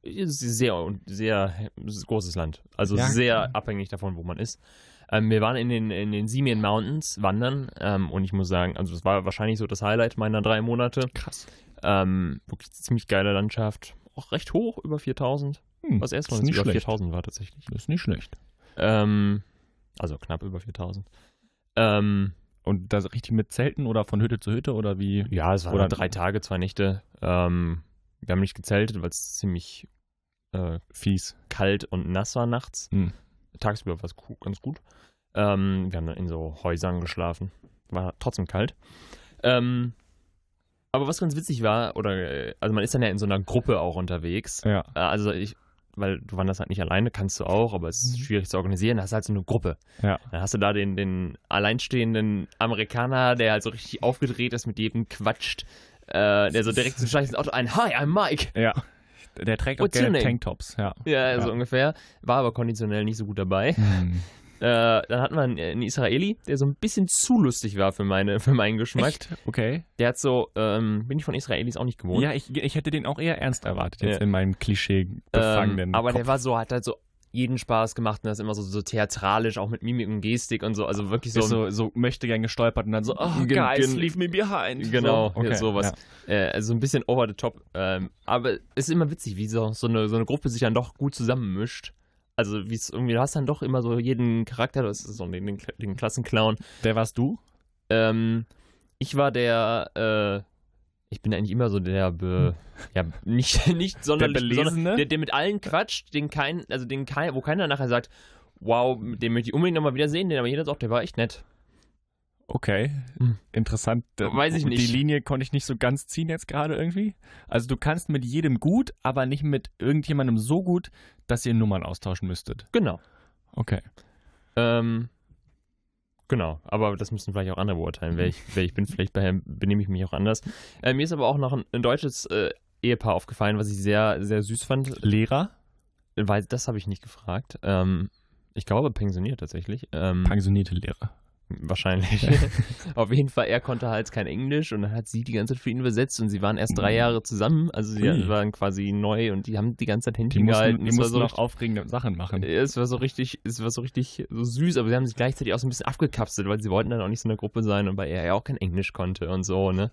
Speaker 3: Ist sehr und sehr es ist ein großes Land. Also
Speaker 2: Ja,
Speaker 3: sehr
Speaker 2: klar.
Speaker 3: abhängig davon, wo man ist. Ähm, wir waren in den, in den Simien Mountains wandern ähm, und ich muss sagen, also es war wahrscheinlich so das Highlight meiner drei Monate.
Speaker 2: Krass.
Speaker 3: Ähm, wirklich ziemlich geile Landschaft. Auch recht hoch, über 4000.
Speaker 2: Hm,
Speaker 3: Was erstmal
Speaker 2: ist
Speaker 3: das
Speaker 2: nicht
Speaker 3: über
Speaker 2: schlecht.
Speaker 3: 4000 war tatsächlich.
Speaker 2: Ist nicht schlecht.
Speaker 3: Ähm, also knapp über 4000. Ähm,
Speaker 2: Und das richtig mit Zelten oder von Hütte zu Hütte oder wie?
Speaker 3: ja, es waren
Speaker 2: Oder-
Speaker 3: oder drei Tage, zwei Nächte. Ähm, wir haben nicht gezeltet, weil es ziemlich äh,
Speaker 2: Fies.
Speaker 3: kalt und nass war nachts.
Speaker 2: Hm.
Speaker 3: Tagsüber war es gu- ganz gut. Ähm, wir haben dann in so Häusern geschlafen. War trotzdem kalt. Ähm, aber was ganz witzig war, oder äh, also man ist dann ja in so einer Gruppe auch unterwegs.
Speaker 2: Ja.
Speaker 3: Äh, Also ich, weil du wanderst halt nicht alleine, kannst du auch, aber es ist
Speaker 2: Mhm.
Speaker 3: schwierig zu organisieren. Da hast du halt so eine Gruppe.
Speaker 2: Ja.
Speaker 3: Dann hast du da den, den alleinstehenden Amerikaner, der halt so richtig aufgedreht ist, mit jedem quatscht, äh, der so direkt zum scheiß Auto ein, Hi, I'm Mike.
Speaker 2: Ja. Der trägt auch
Speaker 3: What's your
Speaker 2: gerne
Speaker 3: name?
Speaker 2: Tanktops, ja.
Speaker 3: Ja, so
Speaker 2: Ja.
Speaker 3: ungefähr. War aber konditionell nicht so gut dabei.
Speaker 2: Hm.
Speaker 3: Äh, dann hatten wir einen, einen Israeli, der so ein bisschen zu lustig war für, meine, für meinen Geschmack.
Speaker 2: Echt? Okay.
Speaker 3: Der hat so, ähm, bin ich von Israelis auch nicht gewohnt.
Speaker 2: Ja, ich, ich hätte den auch eher ernst erwartet, jetzt
Speaker 3: Ja.
Speaker 2: in meinem Klischee befangenen.
Speaker 3: ähm, aber
Speaker 2: Kopf.
Speaker 3: der war so, hat halt so jeden Spaß gemacht und das immer so, so theatralisch, auch mit Mimik und Gestik und so. Also wirklich so.
Speaker 2: ist so, so möchte gern gestolpert und dann so, oh,
Speaker 3: Gen-
Speaker 2: guys,
Speaker 3: gen-
Speaker 2: leave me behind.
Speaker 3: Genau,
Speaker 2: so, okay,
Speaker 3: ja, sowas. Äh, also so ein bisschen over the top. Ähm, aber es ist immer witzig, wie so, so, eine, so eine Gruppe sich dann doch gut zusammenmischt. Also wie es irgendwie, du hast dann doch immer so jeden Charakter, das ist so den, den, den Klassenclown.
Speaker 2: Wer warst du?
Speaker 3: Ähm, ich war der, äh, ich bin eigentlich immer so der, be, ja, nicht, nicht sonderlich,
Speaker 2: Hm. Belesene?
Speaker 3: besonders- der, der mit allen quatscht, den kein, also den kein, wo keiner nachher sagt, wow, den möchte ich unbedingt nochmal wiedersehen, den aber jeder sagt, der war echt nett.
Speaker 2: Okay,
Speaker 3: Hm.
Speaker 2: interessant. Äh,
Speaker 3: Weiß ich nicht.
Speaker 2: Die Linie konnte ich nicht so ganz ziehen jetzt gerade irgendwie. Also du kannst mit jedem gut, aber nicht mit irgendjemandem so gut, dass ihr Nummern austauschen müsstet.
Speaker 3: Genau.
Speaker 2: Okay.
Speaker 3: Ähm, genau, aber das müssen vielleicht auch andere beurteilen,
Speaker 2: Mhm.
Speaker 3: wer ich, wer ich bin. Vielleicht daher benehme ich mich auch anders. Äh, mir ist aber auch noch ein, ein deutsches äh, Ehepaar aufgefallen, was ich sehr, sehr süß fand,
Speaker 2: Lehrer,
Speaker 3: weil das habe ich nicht gefragt. Ähm, ich glaube, pensioniert tatsächlich.
Speaker 2: Hm.
Speaker 3: Ähm,
Speaker 2: pensionierte Lehrer.
Speaker 3: Wahrscheinlich. Auf jeden Fall, er konnte halt kein Englisch und dann hat sie die ganze Zeit für ihn übersetzt und sie waren erst drei Jahre zusammen, also sie
Speaker 2: Mhm. Ui.
Speaker 3: waren quasi neu und die haben die ganze Zeit
Speaker 2: Die
Speaker 3: Händchen
Speaker 2: mussten,
Speaker 3: gehalten.
Speaker 2: die
Speaker 3: Es war
Speaker 2: mussten
Speaker 3: so Äh,
Speaker 2: noch aufregende Sachen machen.
Speaker 3: es war so richtig, es war so richtig so süß, aber sie haben sich gleichzeitig auch so ein bisschen abgekapselt, weil sie wollten dann auch nicht so eine Gruppe sein und weil er ja auch kein Englisch konnte und so, ne?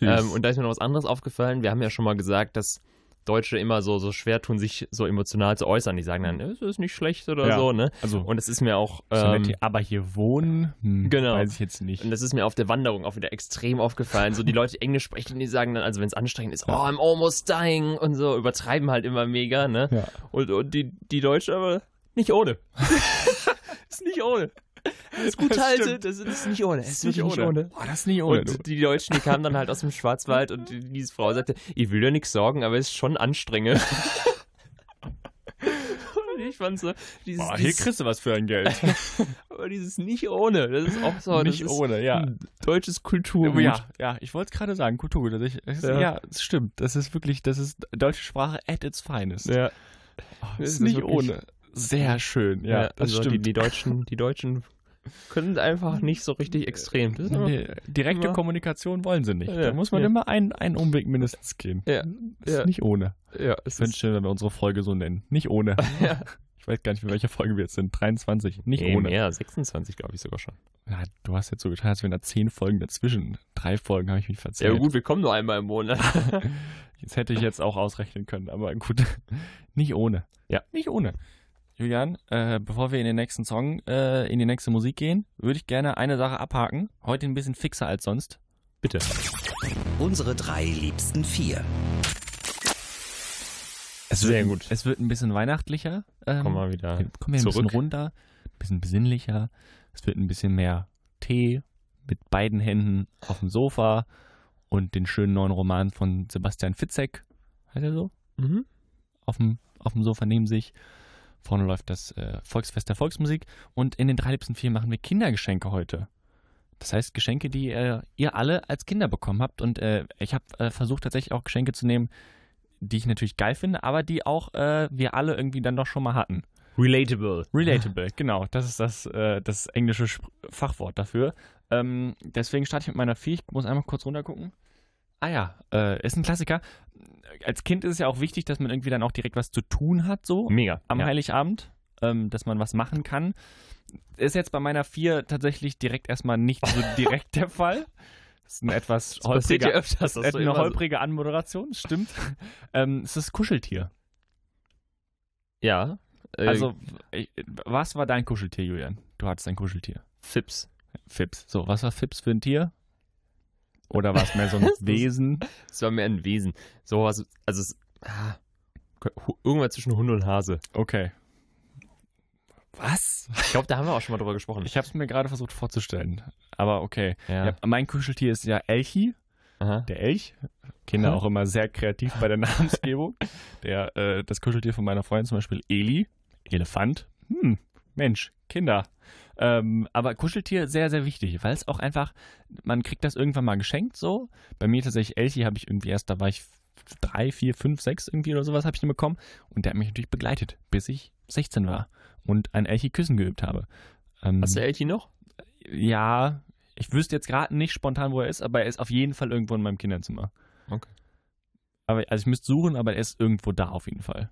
Speaker 3: Ähm, und da ist mir noch was anderes aufgefallen. Wir haben ja schon mal gesagt, dass Deutsche immer so, so schwer tun, sich so emotional zu äußern. Die sagen dann, "Äh, es ist nicht schlecht oder
Speaker 2: Ja.
Speaker 3: so, ne?
Speaker 2: also,
Speaker 3: Und das ist mir auch.
Speaker 2: so nett,
Speaker 3: Ähm,
Speaker 2: aber hier wohnen, hm,
Speaker 3: genau.
Speaker 2: weiß ich jetzt nicht.
Speaker 3: und das ist mir auf der Wanderung auch wieder extrem aufgefallen. So die Leute die Englisch sprechen, die sagen dann, also wenn es anstrengend ist, oh, I'm almost dying und so, übertreiben halt immer mega, ne?
Speaker 2: Ja.
Speaker 3: Und, und die, die Deutschen aber nicht ohne. ist nicht ohne. Ist gut
Speaker 2: Das
Speaker 3: haltet,
Speaker 2: stimmt.
Speaker 3: das ist nicht ohne. Es ist wirklich nicht ohne.
Speaker 2: Boah, das ist nicht ohne. du.
Speaker 3: Und die Deutschen, die kamen dann halt aus dem Schwarzwald und die, diese Frau sagte, ich will dir nichts sagen, aber es ist schon anstrengend. und ich fand so, dieses,
Speaker 2: Boah, hier
Speaker 3: dieses,
Speaker 2: kriegst du was für ein Geld.
Speaker 3: aber dieses nicht ohne, das ist auch so,
Speaker 2: nicht
Speaker 3: das
Speaker 2: ohne,
Speaker 3: ist
Speaker 2: ja.
Speaker 3: ein deutsches Kulturgut.
Speaker 2: Ja, ja, ich wollte es gerade sagen, Kultur. Das ich, das ist, ja.
Speaker 3: Ja.
Speaker 2: es stimmt. Das ist wirklich, das ist deutsche Sprache at its finest.
Speaker 3: ja.
Speaker 2: Oh,
Speaker 3: das
Speaker 2: ist
Speaker 3: ist
Speaker 2: nicht
Speaker 3: wirklich-
Speaker 2: ohne. Sehr schön, ja, das
Speaker 3: also Die,
Speaker 2: stimmt.
Speaker 3: die Deutschen, die Deutschen können einfach nicht so richtig extrem. Das ist immer-
Speaker 2: Nee, direkte
Speaker 3: Ja.
Speaker 2: Kommunikation wollen sie nicht.
Speaker 3: Ja,
Speaker 2: da muss man
Speaker 3: ja.
Speaker 2: immer einen, einen Umweg mindestens gehen.
Speaker 3: Ja,
Speaker 2: Das
Speaker 3: ja.
Speaker 2: ist nicht ohne.
Speaker 3: ja, es
Speaker 2: Ich
Speaker 3: ist
Speaker 2: wünschte, wenn wir unsere Folge so nennen. Nicht ohne. Ich weiß gar nicht, in welcher Folge wir jetzt sind. 23. Nicht
Speaker 3: Ey,
Speaker 2: ohne.
Speaker 3: Mehr, 26 glaube ich sogar schon.
Speaker 2: Ja, du hast jetzt so getan, als wären da zehn Folgen dazwischen. Drei Folgen habe ich mich verzählt.
Speaker 3: Ja gut, wir kommen nur einmal im Monat.
Speaker 2: Das hätte ich jetzt auch ausrechnen können, aber gut. Nicht ohne.
Speaker 3: Ja.
Speaker 2: Nicht ohne. Julian, äh, bevor wir in den nächsten Song, äh, in die nächste Musik gehen, würde ich gerne eine Sache abhaken. Heute ein bisschen fixer als sonst.
Speaker 3: Bitte.
Speaker 1: Unsere drei liebsten vier.
Speaker 2: Es
Speaker 3: Sehr
Speaker 2: wird,
Speaker 3: gut.
Speaker 2: Es wird ein bisschen weihnachtlicher. Ähm,
Speaker 3: Komm mal wieder
Speaker 2: wir kommen hier ein
Speaker 3: zurück.
Speaker 2: bisschen runter, ein bisschen besinnlicher. Es wird ein bisschen mehr Tee mit beiden Händen auf dem Sofa und den schönen neuen Roman von Sebastian Fitzek. Heißt er so?
Speaker 3: Mhm.
Speaker 2: auf dem, auf dem Sofa neben sich. Vorne läuft das äh, Volksfest der Volksmusik. Und in den drei liebsten vier machen wir Kindergeschenke heute. Das heißt, Geschenke, die äh, ihr alle als Kinder bekommen habt. Und äh, ich habe äh, versucht, tatsächlich auch Geschenke zu nehmen, die ich natürlich geil finde, aber die auch äh, wir alle irgendwie dann doch schon mal hatten.
Speaker 3: Relatable.
Speaker 2: Relatable, genau. Das ist das, äh, das englische Sp Fachwort dafür. Ähm, deswegen starte ich mit meiner 4. Ich muss einmal kurz runtergucken. Ah ja, äh, ist ein Klassiker. Als Kind ist es ja auch wichtig, dass man irgendwie dann auch direkt was zu tun hat, so
Speaker 3: Mega.
Speaker 2: am
Speaker 3: Mhm. ja.
Speaker 2: Heiligabend, ähm, dass man was machen kann. Ist jetzt bei meiner 4 tatsächlich direkt erstmal nicht so direkt der Fall. Das ist ein etwas
Speaker 3: Das passiert ja
Speaker 2: holpriger,
Speaker 3: öfters. dass du
Speaker 2: eine
Speaker 3: immer so-
Speaker 2: holprige Anmoderation, stimmt. ähm, es ist Kuscheltier.
Speaker 3: Ja. Äh,
Speaker 2: Also, ich, was war dein Kuscheltier, Julian? Du hattest ein Kuscheltier.
Speaker 3: Fips.
Speaker 2: Fips. So, was war Fips für ein Tier? Oder war es mehr so ein Wesen?
Speaker 3: Es war mehr ein Wesen. So was, also es, ah, Hu- irgendwas zwischen Hund und Hase.
Speaker 2: Okay. Was?
Speaker 3: Ich glaube, da haben wir auch schon mal drüber gesprochen.
Speaker 2: Ich habe es mir gerade versucht vorzustellen. Aber okay.
Speaker 3: ja.
Speaker 2: Ja, mein Kuscheltier ist ja Elchi,
Speaker 3: Aha.
Speaker 2: der Elch. Kinder
Speaker 3: Aha.
Speaker 2: auch immer sehr kreativ bei der Namensgebung. Der, äh, das Kuscheltier von meiner Freundin zum Beispiel Eli, Elefant. Hm, Mensch, Kinder. Ähm, aber Kuscheltier sehr, sehr wichtig, weil es auch einfach, man kriegt das irgendwann mal geschenkt so. Bei mir tatsächlich Elchi habe ich irgendwie erst, da war ich f- drei, vier, fünf, sechs irgendwie oder sowas habe ich den bekommen. Und der hat mich natürlich begleitet, bis ich 16 war und ein Elchi küssen geübt habe. Ähm,
Speaker 3: Hast du Elchi noch?
Speaker 2: ja, ich wüsste jetzt gerade nicht spontan, wo er ist, aber er ist auf jeden Fall irgendwo in meinem Kinderzimmer.
Speaker 3: Okay.
Speaker 2: Aber, also ich müsste suchen, aber er ist irgendwo da auf jeden Fall.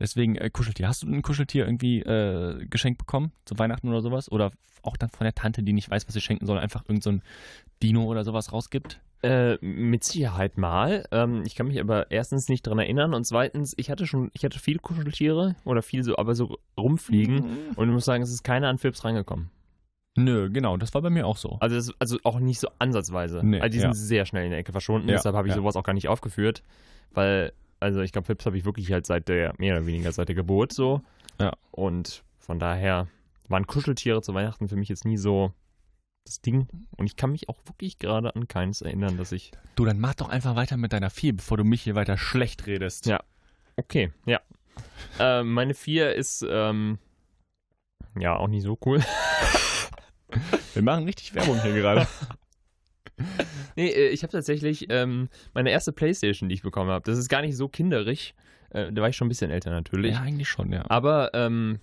Speaker 2: Deswegen äh, Kuscheltier. Hast du ein Kuscheltier irgendwie äh, geschenkt bekommen zu Weihnachten oder sowas? Oder auch dann von der Tante, die nicht weiß, was sie schenken soll, einfach irgend so ein Dino oder sowas rausgibt?
Speaker 3: Äh, mit Sicherheit mal. Ähm, ich kann mich aber erstens nicht dran erinnern und zweitens, ich hatte schon, ich hatte viele Kuscheltiere oder viel so, aber so rumfliegen
Speaker 2: Mhm.
Speaker 3: und ich muss sagen, es ist keiner an Fips reingekommen.
Speaker 2: Nö, genau, das war bei mir auch so.
Speaker 3: Also, das, also auch nicht so ansatzweise.
Speaker 2: Nee,
Speaker 3: also die
Speaker 2: ja.
Speaker 3: sind sehr schnell in der Ecke verschwunden,
Speaker 2: Ja,
Speaker 3: deshalb habe ich
Speaker 2: ja.
Speaker 3: sowas auch gar nicht aufgeführt, weil, also ich glaube, Fips habe ich wirklich halt seit der, mehr oder weniger seit der Geburt so.
Speaker 2: Ja.
Speaker 3: Und von daher waren Kuscheltiere zu Weihnachten für mich jetzt nie so das Ding. Und ich kann mich auch wirklich gerade an keines erinnern, dass ich.
Speaker 2: Du, dann mach doch einfach weiter mit deiner Vier, bevor du mich hier weiter schlecht redest.
Speaker 3: Ja. Okay, ja. äh, meine vier ist, ähm, ja, auch nicht so cool.
Speaker 2: Wir machen richtig Werbung hier gerade.
Speaker 3: Nee, äh, ich habe tatsächlich ähm, meine erste Playstation, die ich bekommen habe. Das ist gar nicht so kinderig. Äh, da war ich schon ein bisschen älter natürlich.
Speaker 2: ja, eigentlich schon, ja.
Speaker 3: Aber ähm,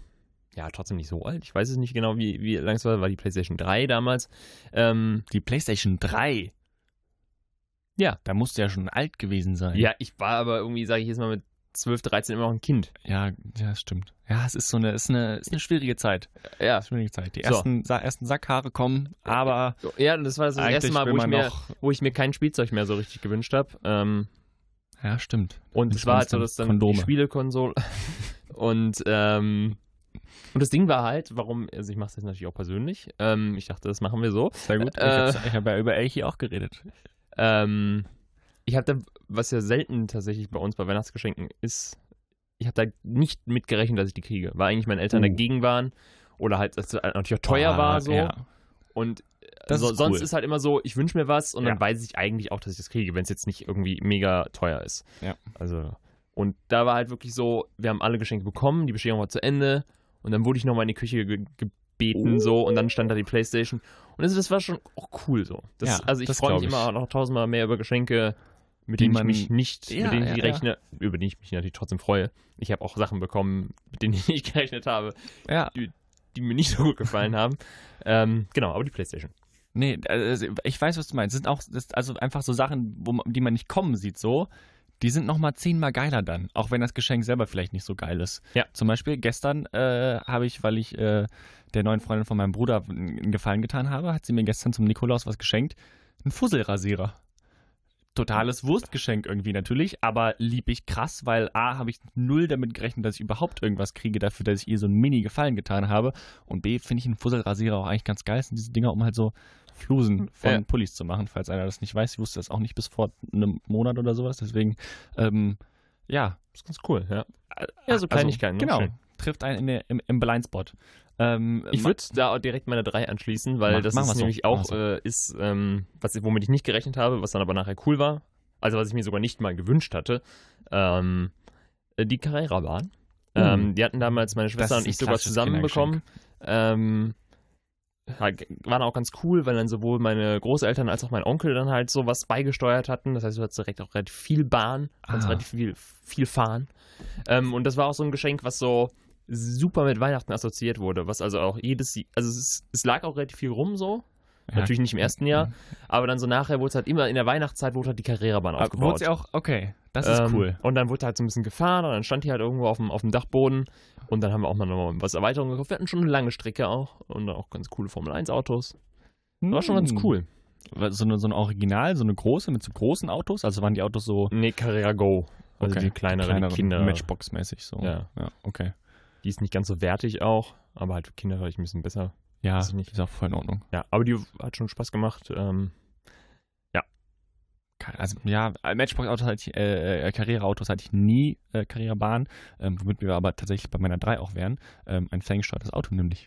Speaker 3: ja, trotzdem nicht so alt. Ich weiß es nicht genau, wie, wie lang es war. War die PlayStation 3 damals. Ähm,
Speaker 2: Die PlayStation 3.
Speaker 3: Ja.
Speaker 2: Da musst du ja schon alt gewesen sein.
Speaker 3: ja, ich war aber irgendwie, sage ich jetzt mal, mit 12, 13 immer noch ein Kind.
Speaker 2: Ja, ja, das stimmt. Ja, es ist so eine, ist eine, ist eine schwierige Zeit.
Speaker 3: Ja.
Speaker 2: Schwierige Zeit. Die
Speaker 3: So.
Speaker 2: ersten, Sa ersten Sackhaare kommen, aber
Speaker 3: So, ja, das war das
Speaker 2: eigentlich
Speaker 3: erste Mal,
Speaker 2: will
Speaker 3: wo ich,
Speaker 2: man
Speaker 3: mir,
Speaker 2: noch.
Speaker 3: wo ich mir kein Spielzeug mehr so richtig gewünscht habe. Ähm,
Speaker 2: Ja, stimmt.
Speaker 3: und
Speaker 2: Und
Speaker 3: es war halt so,
Speaker 2: Konsum-
Speaker 3: dass dann
Speaker 2: Kondome.
Speaker 3: die Spielekonsole und ähm, und das Ding war halt, warum, also ich mache das natürlich auch persönlich. Ähm, ich dachte, das machen wir so.
Speaker 2: Sehr gut.
Speaker 3: Äh.
Speaker 2: ich habe ja über Elchi auch geredet.
Speaker 3: Ähm, ich habe da, was ja selten tatsächlich bei uns bei Weihnachtsgeschenken ist, ich habe da nicht mitgerechnet, dass ich die kriege, weil eigentlich meine Eltern
Speaker 2: Uh.
Speaker 3: dagegen waren oder halt, dass es natürlich auch teuer
Speaker 2: Ah,
Speaker 3: war so.
Speaker 2: Ja.
Speaker 3: Und äh,
Speaker 2: Das
Speaker 3: so,
Speaker 2: ist cool.
Speaker 3: sonst ist halt immer so, ich wünsche mir was und dann
Speaker 2: Ja.
Speaker 3: weiß ich eigentlich auch, dass ich das kriege, wenn es jetzt nicht irgendwie mega teuer ist.
Speaker 2: Ja.
Speaker 3: Also, und da war halt wirklich so, wir haben alle Geschenke bekommen, die Bescherung war zu Ende und dann wurde ich nochmal in die Küche ge
Speaker 2: Oh.
Speaker 3: gebeten so und dann stand da die Playstation. Und also, das war schon auch cool so. Das,
Speaker 2: Ja,
Speaker 3: also ich
Speaker 2: das
Speaker 3: freue mich
Speaker 2: glaub ich.
Speaker 3: immer noch tausendmal mehr über Geschenke, mit
Speaker 2: Die
Speaker 3: denen ich
Speaker 2: man-
Speaker 3: mich nicht,
Speaker 2: Ja,
Speaker 3: mit denen ich
Speaker 2: ja, ja.
Speaker 3: rechne, über die ich mich natürlich trotzdem freue. Ich habe auch Sachen bekommen, mit denen ich nicht gerechnet habe,
Speaker 2: ja.
Speaker 3: die mir nicht so gut gefallen haben. Ähm, genau, aber die Playstation.
Speaker 2: Nee, also ich weiß, was du meinst. Das sind auch das ist also einfach so Sachen, wo man, die man nicht kommen sieht, so. Die sind nochmal zehnmal geiler dann, auch wenn das Geschenk selber vielleicht nicht so geil ist.
Speaker 3: Ja.
Speaker 2: Zum Beispiel gestern äh, habe ich, weil ich äh, der neuen Freundin von meinem Bruder einen Gefallen getan habe, hat sie mir gestern zum Nikolaus was geschenkt. Einen Fusselrasierer. totales Wurstgeschenk irgendwie natürlich, aber lieb ich krass, weil A, habe ich null damit gerechnet, dass ich überhaupt irgendwas kriege dafür, dass ich ihr so einen Mini-Gefallen getan habe und B, finde ich einen Fusselrasierer auch eigentlich ganz geil, sind diese Dinger, um halt so Flusen von
Speaker 3: Hm, Ja.
Speaker 2: Pullis zu machen, falls einer das nicht weiß. Ich wusste das auch nicht bis vor einem Monat oder sowas, deswegen, ähm, ja.
Speaker 3: Das ist ganz cool, ja.
Speaker 2: Ja,
Speaker 3: so Kleinigkeiten, ne?
Speaker 2: Genau,
Speaker 3: Schön.
Speaker 2: trifft einen in der, im, im Blindspot. Ähm,
Speaker 3: Ich
Speaker 2: ma-
Speaker 3: würde da auch direkt meine 3 anschließen, weil
Speaker 2: Mach-
Speaker 3: das
Speaker 2: machen
Speaker 3: ist
Speaker 2: wir's
Speaker 3: nämlich
Speaker 2: so,
Speaker 3: auch,
Speaker 2: machen
Speaker 3: äh, ist, ähm, was, ich- womit ich nicht gerechnet habe, was dann aber nachher cool war. Also was ich mir sogar nicht mal gewünscht hatte. Ähm, äh, die Carrera-Bahn. Ähm, die hatten damals meine Schwester
Speaker 2: Das
Speaker 3: und
Speaker 2: ist
Speaker 3: ich
Speaker 2: ein
Speaker 3: sogar
Speaker 2: klassisches
Speaker 3: zusammen bekommen. Ähm, ja, g- waren auch ganz cool, weil dann sowohl meine Großeltern als auch mein Onkel dann halt sowas beigesteuert hatten. Das heißt, du hattest direkt auch relativ viel Bahn, konntest
Speaker 2: Ah.
Speaker 3: relativ viel, viel fahren. Ähm, und das war auch so ein Geschenk, was so super mit Weihnachten assoziiert wurde, was also auch jedes, also es, ist- es lag auch relativ viel rum so,
Speaker 2: Ja. Mhm.
Speaker 3: natürlich nicht im ersten Jahr, aber dann so nachher wurde es halt immer in der Weihnachtszeit wurde halt die Carrera-Bahn
Speaker 2: Aber Ah, wurde
Speaker 3: aufgebaut.
Speaker 2: sie auch, okay, das ist
Speaker 3: Ähm,
Speaker 2: cool.
Speaker 3: Und dann wurde halt so ein bisschen gefahren und dann stand die halt irgendwo auf dem, auf dem Dachboden und dann haben wir auch mal noch mal was Erweiterung gekauft. Wir hatten schon eine lange Strecke auch und dann auch ganz coole Formel-1-Autos. War schon ganz
Speaker 2: Hm.
Speaker 3: cool.
Speaker 2: so eine, so ein Original, so eine große mit so großen Autos? Also waren die Autos so
Speaker 3: Nee, Carrera Go. Also
Speaker 2: Okay.
Speaker 3: die kleineren,
Speaker 2: kleinere
Speaker 3: die Kinder.
Speaker 2: Matchbox-mäßig so?
Speaker 3: Ja.
Speaker 2: okay.
Speaker 3: Die ist nicht ganz so wertig auch, aber halt für Kinder vielleicht ein bisschen besser.
Speaker 2: Ja,
Speaker 3: Weiß ich nicht.
Speaker 2: ist auch voll in Ordnung.
Speaker 3: Ja, aber die hat schon Spaß gemacht. Ähm,
Speaker 2: Keine- Also, ja, Matchbox-Autos hatte ich, äh, äh, Karriereautos hatte ich nie, äh, Karrierebahn, ähm, womit wir aber tatsächlich bei meiner 3 auch wären. Ähm, ein ferngesteuertes Auto nämlich.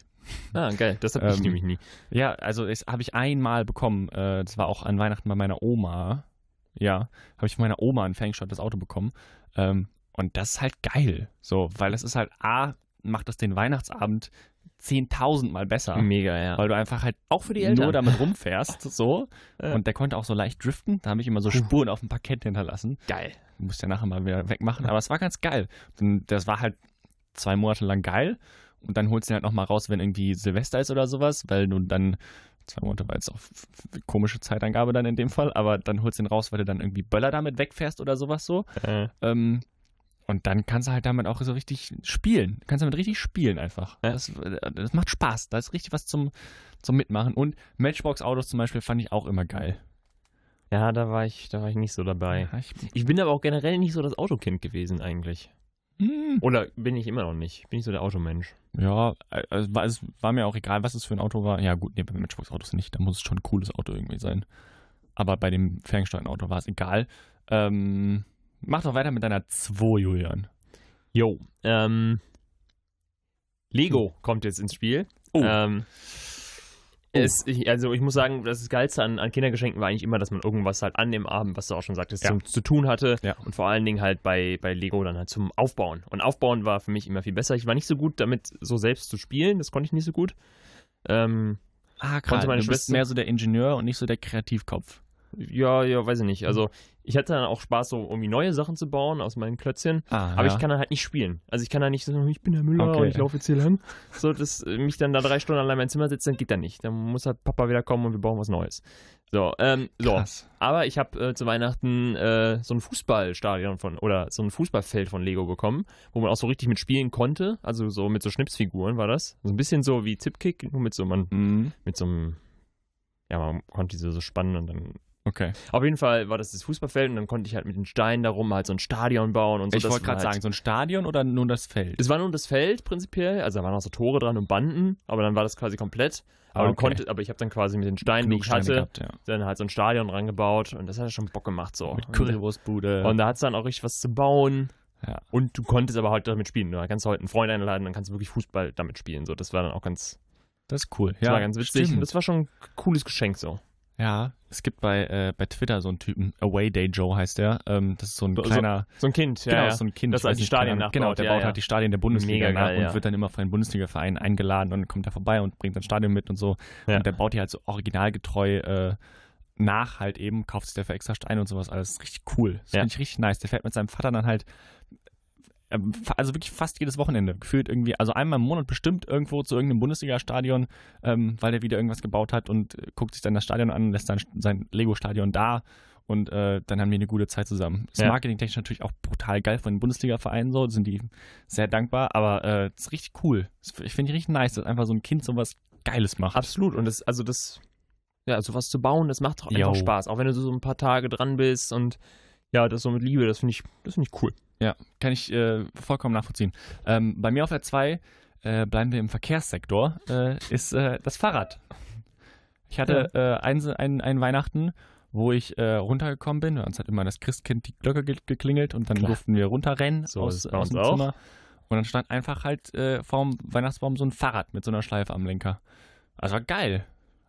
Speaker 3: ah, geil. Das hab ich
Speaker 2: Ähm,
Speaker 3: nämlich nie.
Speaker 2: Ja, also das habe ich einmal bekommen. Äh, das war auch an Weihnachten bei meiner Oma. Ja, habe ich von meiner Oma ein ferngesteuertes Auto bekommen. Ähm, und das ist halt geil. So, weil das ist halt A, macht das den Weihnachtsabend 10.000 Mal besser.
Speaker 3: Mega, ja.
Speaker 2: Weil du einfach halt
Speaker 3: auch für
Speaker 2: nur damit rumfährst, so.
Speaker 3: Ja.
Speaker 2: Und der konnte auch so leicht driften. Da habe ich immer so Spuren auf dem Parkett hinterlassen.
Speaker 3: geil.
Speaker 2: Muss ja nachher mal wieder wegmachen. Aber es war ganz geil. Und das war halt zwei Monate lang geil. Und dann holst du ihn halt nochmal raus, wenn irgendwie Silvester ist oder sowas, weil du dann, zwei Monate war jetzt auch f- f- komische Zeitangabe dann in dem Fall, aber dann holst du ihn raus, weil du dann irgendwie Böller damit wegfährst oder sowas so.
Speaker 3: Äh,
Speaker 2: Ähm, und dann kannst du halt damit auch so richtig spielen. Kannst damit richtig spielen einfach. Das, das macht Spaß. Da ist richtig was zum, zum Mitmachen. Und Matchbox-Autos zum Beispiel fand ich auch immer geil.
Speaker 3: ja, da war ich, da war ich nicht so dabei.
Speaker 2: Ja, ich,
Speaker 3: Ich bin aber auch generell nicht so das Autokind gewesen eigentlich.
Speaker 2: hm,
Speaker 3: Oder bin ich immer noch nicht. Bin ich so der Automensch.
Speaker 2: ja also war, es war mir auch egal, was es für ein Auto war. Ja, gut, nee, bei Matchbox-Autos nicht. Da muss es schon ein cooles Auto irgendwie sein. Aber bei dem ferngesteuerten Auto war es egal. Ähm, mach doch weiter mit deiner 2, Julian.
Speaker 3: Jo. Ähm, Lego kommt jetzt ins Spiel.
Speaker 2: Oh.
Speaker 3: Ähm, es, ich, also ich muss sagen, das Geilste an, an Kindergeschenken war eigentlich immer, dass man irgendwas halt an dem Abend, was du auch schon sagtest,
Speaker 2: Ja.
Speaker 3: zum, zu tun hatte.
Speaker 2: Ja.
Speaker 3: Und vor allen Dingen halt bei, bei Lego dann halt zum Aufbauen. Und Aufbauen war für mich immer viel besser. Ich war nicht so gut damit, so selbst zu spielen. Das konnte ich nicht so gut. Ähm,
Speaker 2: Ah, krass.
Speaker 3: Konnte meine
Speaker 2: Du bist
Speaker 3: Schwester-
Speaker 2: mehr so der Ingenieur und nicht so der Kreativkopf.
Speaker 3: ja, ja, weiß ich nicht. Also ich hatte dann auch Spaß, so irgendwie neue Sachen zu bauen aus meinen Klötzchen.
Speaker 2: Ah,
Speaker 3: Aber ich kann dann halt nicht spielen. Also ich kann dann nicht sagen, ich bin der Müller
Speaker 2: Okay.
Speaker 3: und ich laufe jetzt hier lang. So, dass äh, mich dann da drei Stunden allein in mein Zimmer sitzt, dann geht dann nicht. Dann muss halt Papa wieder kommen und wir brauchen was Neues. So, ähm, so.
Speaker 2: Krass.
Speaker 3: Aber ich habe äh, zu Weihnachten äh, so ein Fußballstadion von oder so ein Fußballfeld von Lego bekommen, wo man auch so richtig mit spielen konnte. Also so mit so Schnipsfiguren war das. So ein bisschen so wie Tipkick, nur mit so man
Speaker 2: Mhm.
Speaker 3: mit so einem ja, man konnte diese so spannen und dann.
Speaker 2: Okay.
Speaker 3: Auf jeden Fall war das das Fußballfeld und dann konnte ich halt mit den Steinen darum halt so ein Stadion bauen und so.
Speaker 2: ich
Speaker 3: Das
Speaker 2: wollte
Speaker 3: war
Speaker 2: gerade
Speaker 3: halt,
Speaker 2: sagen, so ein Stadion oder nur das Feld?
Speaker 3: Es war nur das Feld prinzipiell, also da waren auch so Tore dran und Banden, aber dann war das quasi komplett.
Speaker 2: Ah,
Speaker 3: Aber, du
Speaker 2: okay.
Speaker 3: konntest, aber ich habe dann quasi mit den Steinen, die ich
Speaker 2: Steine
Speaker 3: hatte,
Speaker 2: gehabt, ja.
Speaker 3: dann halt so ein Stadion rangebaut und das hat schon Bock gemacht so.
Speaker 2: Mit
Speaker 3: und,
Speaker 2: Currywurstbude.
Speaker 3: und da hat es dann auch richtig was zu bauen
Speaker 2: Ja.
Speaker 3: und du konntest aber halt damit spielen. Da kannst du heute einen Freund einladen, dann kannst du wirklich Fußball damit spielen. So, das war dann auch ganz,
Speaker 2: das ist cool.
Speaker 3: das war ganz witzig und
Speaker 2: stimmt.
Speaker 3: das war schon ein cooles Geschenk so.
Speaker 2: ja, es gibt bei, äh, bei Twitter so einen Typen, Away Day Joe heißt der. Ähm, das ist so ein
Speaker 3: So- so-
Speaker 2: kleiner,
Speaker 3: So ein Kind, ja,
Speaker 2: genau,
Speaker 3: ja.
Speaker 2: so ein Kind.
Speaker 3: Das
Speaker 2: ich
Speaker 3: als
Speaker 2: weiß
Speaker 3: die
Speaker 2: nicht, keine
Speaker 3: Stadien
Speaker 2: Ahnung.
Speaker 3: nachbaut,
Speaker 2: Genau, der
Speaker 3: ja,
Speaker 2: baut
Speaker 3: ja.
Speaker 2: halt die Stadien der Bundesliga
Speaker 3: Mega
Speaker 2: nach
Speaker 3: geil,
Speaker 2: und
Speaker 3: ja.
Speaker 2: wird dann immer von den Bundesliga-Vereinen eingeladen und dann kommt er vorbei und bringt sein Stadion mit und so.
Speaker 3: Ja.
Speaker 2: Und der baut die halt so originalgetreu äh, nach halt eben, kauft sich dafür extra Steine und sowas. Alles ist richtig cool. Das
Speaker 3: Ja.
Speaker 2: finde ich richtig nice. Der fährt mit seinem Vater dann halt, ähm, fa- also wirklich fast jedes Wochenende, gefühlt irgendwie, also einmal im Monat bestimmt irgendwo zu irgendeinem Bundesliga-Stadion, ähm, weil der wieder irgendwas gebaut hat und äh, guckt sich dann das Stadion an, lässt dann sein Lego-Stadion da und äh, dann haben die eine gute Zeit zusammen. Das
Speaker 3: Ja.
Speaker 2: Marketingtechnisch natürlich auch brutal geil von den Bundesliga-Vereinen so, sind die sehr dankbar, aber äh, das ist richtig cool. Das, ich finde richtig nice, dass einfach so ein Kind sowas Geiles macht.
Speaker 3: Absolut. Und das, also das, ja, sowas zu bauen, das macht doch einfach
Speaker 2: Jo.
Speaker 3: Spaß. Auch wenn du so ein paar Tage dran bist und ja, das so mit Liebe, das finde ich, das finde ich cool.
Speaker 2: Ja, kann ich äh, vollkommen nachvollziehen. Ähm, bei mir auf der 2, äh, bleiben wir im Verkehrssektor, äh, ist äh, das Fahrrad. Ich hatte äh, ein, ein, ein Weihnachten, wo ich äh, runtergekommen bin. Bei uns hat immer das Christkind die Glocke ge geklingelt und dann
Speaker 3: Klar.
Speaker 2: durften wir runterrennen
Speaker 3: So ist
Speaker 2: aus,
Speaker 3: es bei
Speaker 2: aus
Speaker 3: uns
Speaker 2: dem
Speaker 3: auch.
Speaker 2: Zimmer. Und dann stand einfach halt äh, vorm Weihnachtsbaum so ein Fahrrad mit so einer Schleife am Lenker. Das war geil.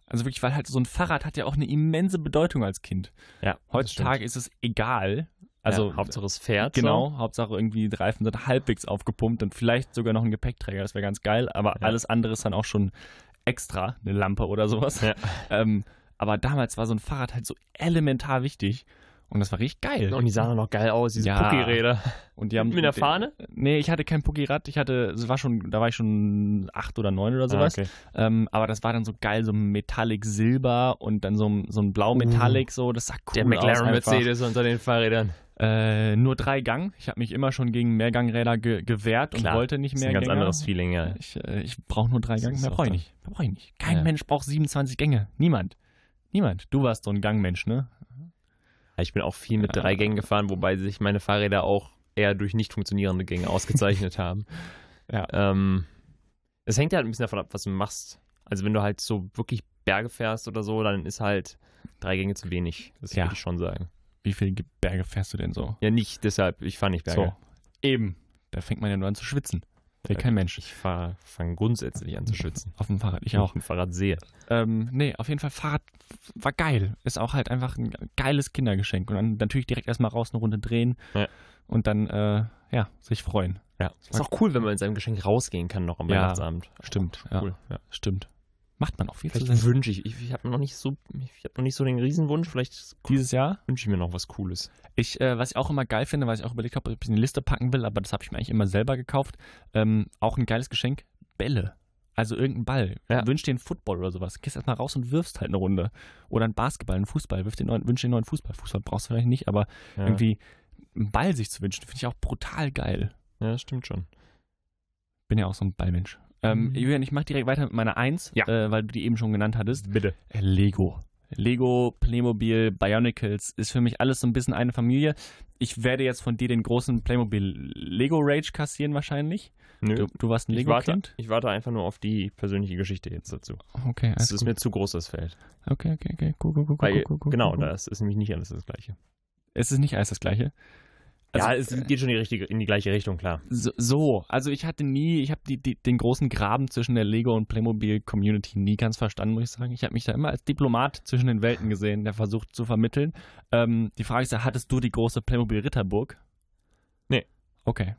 Speaker 2: Also wirklich, weil halt so ein Fahrrad hat ja auch eine immense Bedeutung als Kind.
Speaker 3: Ja,
Speaker 2: Heutzutage ist es egal.
Speaker 3: Also
Speaker 2: Also
Speaker 3: ja, Hauptsache es fährt.
Speaker 2: Genau, Hauptsache irgendwie die Reifen sind halbwegs aufgepumpt und vielleicht sogar noch ein Gepäckträger, das wäre ganz geil, aber
Speaker 3: Ja.
Speaker 2: alles andere ist dann auch schon extra, eine Lampe oder sowas.
Speaker 3: Ja.
Speaker 2: Ähm, aber damals war so ein Fahrrad halt so elementar wichtig und das war richtig geil.
Speaker 3: So. Und die sahen doch noch geil aus, diese
Speaker 2: Ja.
Speaker 3: Pucki-Räder.
Speaker 2: Und die haben-
Speaker 3: Mit einer Fahne?
Speaker 2: Nee, ich hatte kein Pokirad, ich hatte, es war schon, da war ich schon acht oder neun oder sowas.
Speaker 3: Ah, okay.
Speaker 2: ähm, aber das war dann so geil, so ein Metallic Silber und dann so, ein- so ein Blau Metallic, so, das sah cool
Speaker 3: Uh. Der
Speaker 2: aus.
Speaker 3: McLaren
Speaker 2: einfach.
Speaker 3: Mercedes unter den Fahrrädern.
Speaker 2: Äh, nur drei Gang. Ich habe mich immer schon gegen Mehrgangräder ge gewehrt
Speaker 3: Klar,
Speaker 2: und wollte nicht
Speaker 3: Das ist
Speaker 2: mehr
Speaker 3: ein ganz
Speaker 2: Gänger.
Speaker 3: anderes Feeling, ja.
Speaker 2: Ich, äh, ich brauche nur drei
Speaker 3: Das
Speaker 2: Gang.
Speaker 3: ist
Speaker 2: Mehr
Speaker 3: auch
Speaker 2: brauche ich
Speaker 3: so.
Speaker 2: nicht. Mehr brauche ich nicht. Kein
Speaker 3: Ja.
Speaker 2: Mensch braucht 27 Gänge. Niemand. Niemand. Du warst so ein Gangmensch, ne?
Speaker 3: Ja, Ich bin auch viel mit
Speaker 2: Ja.
Speaker 3: drei Gängen gefahren, wobei sich meine Fahrräder auch eher durch nicht funktionierende Gänge ausgezeichnet haben.
Speaker 2: Ja.
Speaker 3: Ähm, es hängt halt ein bisschen davon ab, was du machst. Also wenn du halt so wirklich Berge fährst oder so, dann ist halt drei Gänge zu wenig. Das
Speaker 2: Ja.
Speaker 3: würde ich schon sagen.
Speaker 2: Wie viele Ge- Berge fährst du denn so?
Speaker 3: Ja, nicht deshalb. Ich fahre nicht Berge.
Speaker 2: Eben. Da fängt man ja nur an zu schwitzen. Will
Speaker 3: Ja.
Speaker 2: kein Mensch.
Speaker 3: Ich fange grundsätzlich an zu schützen.
Speaker 2: Auf dem Fahrrad. Ich auch.
Speaker 3: Ein Fahrrad sehe.
Speaker 2: Ähm, nee, auf jeden Fall Fahrrad war geil. Ist auch halt einfach ein geiles Kindergeschenk. Und dann natürlich direkt erstmal raus eine Runde drehen
Speaker 3: Ja.
Speaker 2: und dann, äh, ja, sich freuen.
Speaker 3: Ja. Ist auch cool, wenn man mit seinem Geschenk rausgehen kann noch am
Speaker 2: Ja.
Speaker 3: Weihnachtsabend.
Speaker 2: Stimmt. Ja.
Speaker 3: Cool. Ja.
Speaker 2: Stimmt. Macht man auch viel zu
Speaker 3: Vielleicht wünsche ich, ich, ich habe noch nicht so, ich habe noch nicht so den Riesenwunsch, vielleicht
Speaker 2: Dieses Jahr?
Speaker 3: wünsche ich mir noch was Cooles.
Speaker 2: Ich, äh, was ich auch immer geil finde, was ich auch überlegt habe, ob ich in die Liste packen will, aber das habe ich mir eigentlich immer selber gekauft. Ähm, auch ein geiles Geschenk: Bälle. Also irgendein Ball.
Speaker 3: Ja.
Speaker 2: Wünsch dir einen Football oder sowas. Gehst erstmal raus und wirfst halt eine Runde. Oder einen Basketball, einen Fußball. Wirf den neuen, wünsch dir einen neuen Fußball. Fußball brauchst du vielleicht nicht, aber
Speaker 3: Ja.
Speaker 2: irgendwie einen Ball sich zu wünschen, finde ich auch brutal geil.
Speaker 3: Ja, das stimmt schon.
Speaker 2: Bin ja auch so ein Ballmensch. Ähm,
Speaker 3: Mhm.
Speaker 2: Julian, ich mache direkt weiter mit meiner Eins,
Speaker 3: Ja.
Speaker 2: äh, weil du die eben schon genannt hattest.
Speaker 3: Bitte.
Speaker 2: Äh, Lego. Lego, Playmobil, Bionicles ist für mich alles so ein bisschen eine Familie. Ich werde jetzt von dir den großen Playmobil Lego Rage kassieren wahrscheinlich.
Speaker 3: Nö.
Speaker 2: Du, du warst ein
Speaker 3: ich, warte,
Speaker 2: Lego-Kind?
Speaker 3: ich warte einfach nur auf die persönliche Geschichte jetzt dazu.
Speaker 2: Okay, alles
Speaker 3: Es ist
Speaker 2: gut.
Speaker 3: mir zu groß, das Feld.
Speaker 2: okay, okay, okay. Cool, cool, cool, cool,
Speaker 3: Weil,
Speaker 2: cool, cool,
Speaker 3: genau,
Speaker 2: cool.
Speaker 3: das ist nämlich nicht alles das Gleiche.
Speaker 2: Es ist nicht alles das Gleiche.
Speaker 3: ja, es
Speaker 2: Also, äh,
Speaker 3: geht schon die richtige, in die gleiche Richtung, klar.
Speaker 2: so, so, also ich hatte nie, ich habe die, die, den großen Graben zwischen der Lego und Playmobil Community nie ganz verstanden, muss ich sagen. Ich habe mich da immer als Diplomat zwischen den Welten gesehen, der versucht zu vermitteln. Ähm, die Frage ist ja, hattest du die große Playmobil Ritterburg?
Speaker 3: Nee.
Speaker 2: Okay.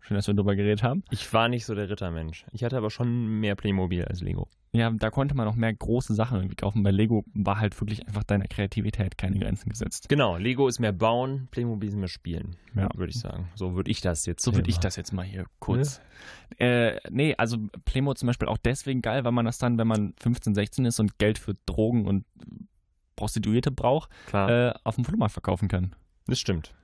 Speaker 2: Schön, dass wir darüber geredet haben.
Speaker 3: Ich war nicht so der Rittermensch. Ich hatte aber schon mehr Playmobil als Lego.
Speaker 2: Ja, da konnte man auch mehr große Sachen irgendwie kaufen. Bei Lego war halt wirklich einfach deiner Kreativität keine Grenzen gesetzt.
Speaker 3: Genau, Lego ist mehr bauen, Playmobil ist mehr spielen,
Speaker 2: Ja.
Speaker 3: würde ich sagen. So würde ich das jetzt.
Speaker 2: So würde
Speaker 3: sehen.
Speaker 2: ich das jetzt mal hier kurz. Äh, nee, also Playmo zum Beispiel auch deswegen geil, weil man das dann, wenn man 15, 16 ist und Geld für Drogen und Prostituierte braucht,
Speaker 3: Klar,
Speaker 2: äh, auf dem Flohmarkt verkaufen kann.
Speaker 3: das stimmt.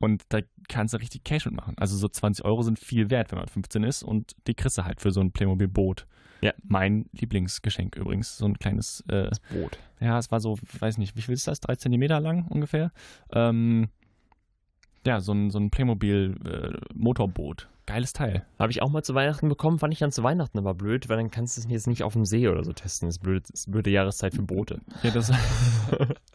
Speaker 2: Und da kannst du richtig Cash mitmachen. Also so 20 Euro sind viel wert, wenn man 15 ist und die kriegst du halt für so ein Playmobil-Boot.
Speaker 3: Ja.
Speaker 2: Mein Lieblingsgeschenk übrigens. So ein kleines äh,
Speaker 3: Das Brot.
Speaker 2: ja, es war so, weiß nicht, wie viel ist das? Drei Zentimeter lang ungefähr. Ähm, ja, so ein, so ein Playmobil-Motorboot. Geiles Teil.
Speaker 3: Habe ich auch mal zu Weihnachten bekommen, fand ich dann zu Weihnachten aber blöd, weil dann kannst du es jetzt nicht auf dem See oder so testen. Das ist blöde, das ist blöde Jahreszeit für Boote.
Speaker 2: Ja, das,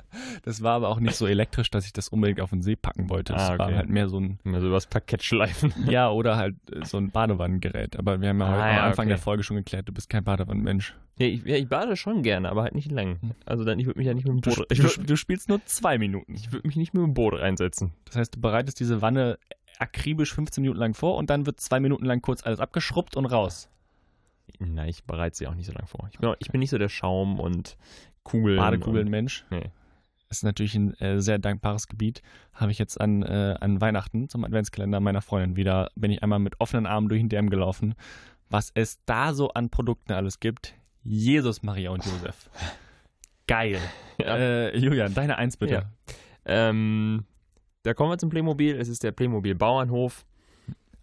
Speaker 2: das war aber auch nicht so elektrisch, dass ich das unbedingt auf den See packen wollte. Es
Speaker 3: Ah, okay.
Speaker 2: war halt mehr so ein,
Speaker 3: Immer so übers Parkett schleifen.
Speaker 2: ja, oder halt äh, so ein Badewannengerät. Aber wir haben ja
Speaker 3: Ah,
Speaker 2: heute
Speaker 3: ja,
Speaker 2: am Anfang
Speaker 3: okay.
Speaker 2: der Folge schon geklärt, du bist kein Badewannenmensch.
Speaker 3: Ja, ich, ja, ich bade schon gerne, aber halt nicht lang. Also dann, ich würde mich ja nicht mit dem
Speaker 2: Du,
Speaker 3: Boot, ich
Speaker 2: du,
Speaker 3: würd,
Speaker 2: du spielst nur zwei Minuten.
Speaker 3: ich würd mich nicht mit dem Boot reinsetzen.
Speaker 2: Das heißt, du bereitest diese Wanne akribisch 15 Minuten lang vor und dann wird zwei Minuten lang kurz alles abgeschrubbt und raus.
Speaker 3: Nein, ich bereite sie auch nicht so lang vor. Ich bin, auch, ich bin nicht so der Schaum und Kugeln. und-
Speaker 2: Badekugelnmensch.
Speaker 3: Nee.
Speaker 2: Ist natürlich ein äh, sehr dankbares Gebiet. Habe ich jetzt an, äh, an Weihnachten zum Adventskalender meiner Freundin wieder, bin ich einmal mit offenen Armen durch den Därm gelaufen. Was es da so an Produkten alles gibt. Jesus, Maria und Josef. Geil.
Speaker 3: Ja.
Speaker 2: Äh, Julian, deine Eins bitte.
Speaker 3: Ja. Ähm, da kommen wir zum Playmobil. Es ist der Playmobil Bauernhof.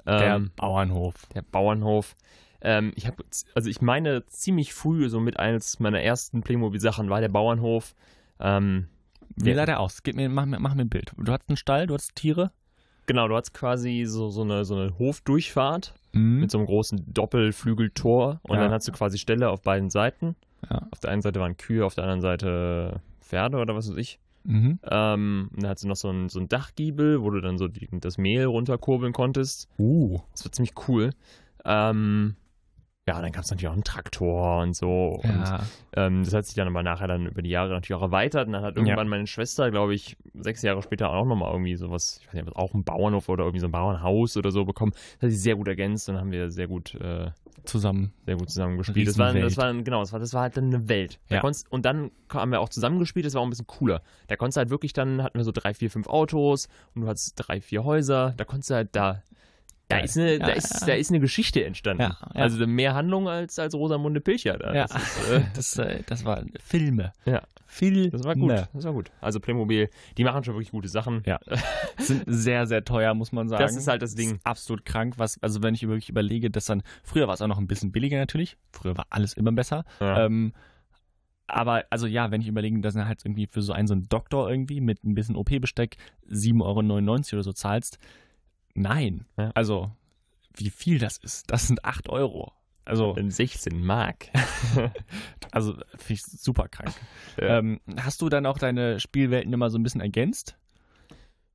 Speaker 2: Der
Speaker 3: Ähm,
Speaker 2: Bauernhof.
Speaker 3: der Bauernhof. Ähm, ich habe, also ich meine, ziemlich früh, so mit eines meiner ersten Playmobil-Sachen war der Bauernhof. Ähm,
Speaker 2: Wie sah der aus? Gib mir, mach, mir, mach mir ein Bild. Du hattest einen Stall, du hattest Tiere.
Speaker 3: genau, du hattest quasi so, so, eine, so eine Hofdurchfahrt
Speaker 2: Mhm.
Speaker 3: mit so einem großen Doppelflügeltor und
Speaker 2: Ja.
Speaker 3: dann hattest du quasi Ställe auf beiden Seiten.
Speaker 2: Ja.
Speaker 3: Auf der einen Seite waren Kühe, auf der anderen Seite Pferde oder was weiß ich.
Speaker 2: Mhm.
Speaker 3: Ähm, und dann hattest du noch so einen, so einen Dachgiebel, wo du dann so die, das Mehl runterkurbeln konntest.
Speaker 2: Uh.
Speaker 3: Das war ziemlich cool. Ähm, ja, dann gab es natürlich auch einen Traktor und so. Und
Speaker 2: Ja.
Speaker 3: ähm, das hat sich dann aber nachher dann über die Jahre natürlich auch erweitert. Und dann hat irgendwann meine Schwester, glaube ich, sechs Jahre später auch nochmal irgendwie sowas, ich weiß nicht, auch einen Bauernhof oder irgendwie so ein Bauernhaus oder so bekommen. Das hat sich sehr gut ergänzt und dann haben wir sehr gut, äh,
Speaker 2: Zusammen.
Speaker 3: sehr gut zusammengespielt. Das war, das
Speaker 2: Riesenwelt.
Speaker 3: war, genau, das war, das war halt dann eine Welt. Da
Speaker 2: Ja.
Speaker 3: konntest, und dann haben wir auch zusammengespielt, das war auch ein bisschen cooler. Da konntest du halt wirklich dann, hatten wir so drei, vier, fünf Autos und du hattest drei, vier Häuser. Da konntest du halt da. Da
Speaker 2: Geil.
Speaker 3: ist, eine, da,
Speaker 2: Ja,
Speaker 3: ist,
Speaker 2: ja.
Speaker 3: da ist eine Geschichte entstanden.
Speaker 2: Ja, ja.
Speaker 3: Also mehr Handlung als, als Rosamunde Pilcher. Da.
Speaker 2: Ja.
Speaker 3: Das ist, äh,
Speaker 2: Das, äh, das war Filme.
Speaker 3: Ja.
Speaker 2: Filme.
Speaker 3: Das war gut.
Speaker 2: Ne.
Speaker 3: Das war gut. Also Playmobil, die machen schon wirklich gute Sachen.
Speaker 2: Ja. Sind sehr, sehr teuer, muss man sagen.
Speaker 3: Das ist halt das Ding.
Speaker 2: Ist absolut krank, was, also wenn ich wirklich überlege, dass dann, früher war es auch noch ein bisschen billiger natürlich. Früher war alles immer besser.
Speaker 3: Ja.
Speaker 2: Ähm, aber, also ja, wenn ich überlege, dass du halt irgendwie für so einen, so einen Doktor irgendwie mit ein bisschen OP-Besteck 7,99 Euro oder so zahlst, nein.
Speaker 3: Ja.
Speaker 2: Also, wie viel das ist, das sind 8 Euro. Also,
Speaker 3: In 16 Mark.
Speaker 2: also finde ich super krank.
Speaker 3: Ja.
Speaker 2: Ähm, hast du dann auch deine Spielwelten immer so ein bisschen ergänzt?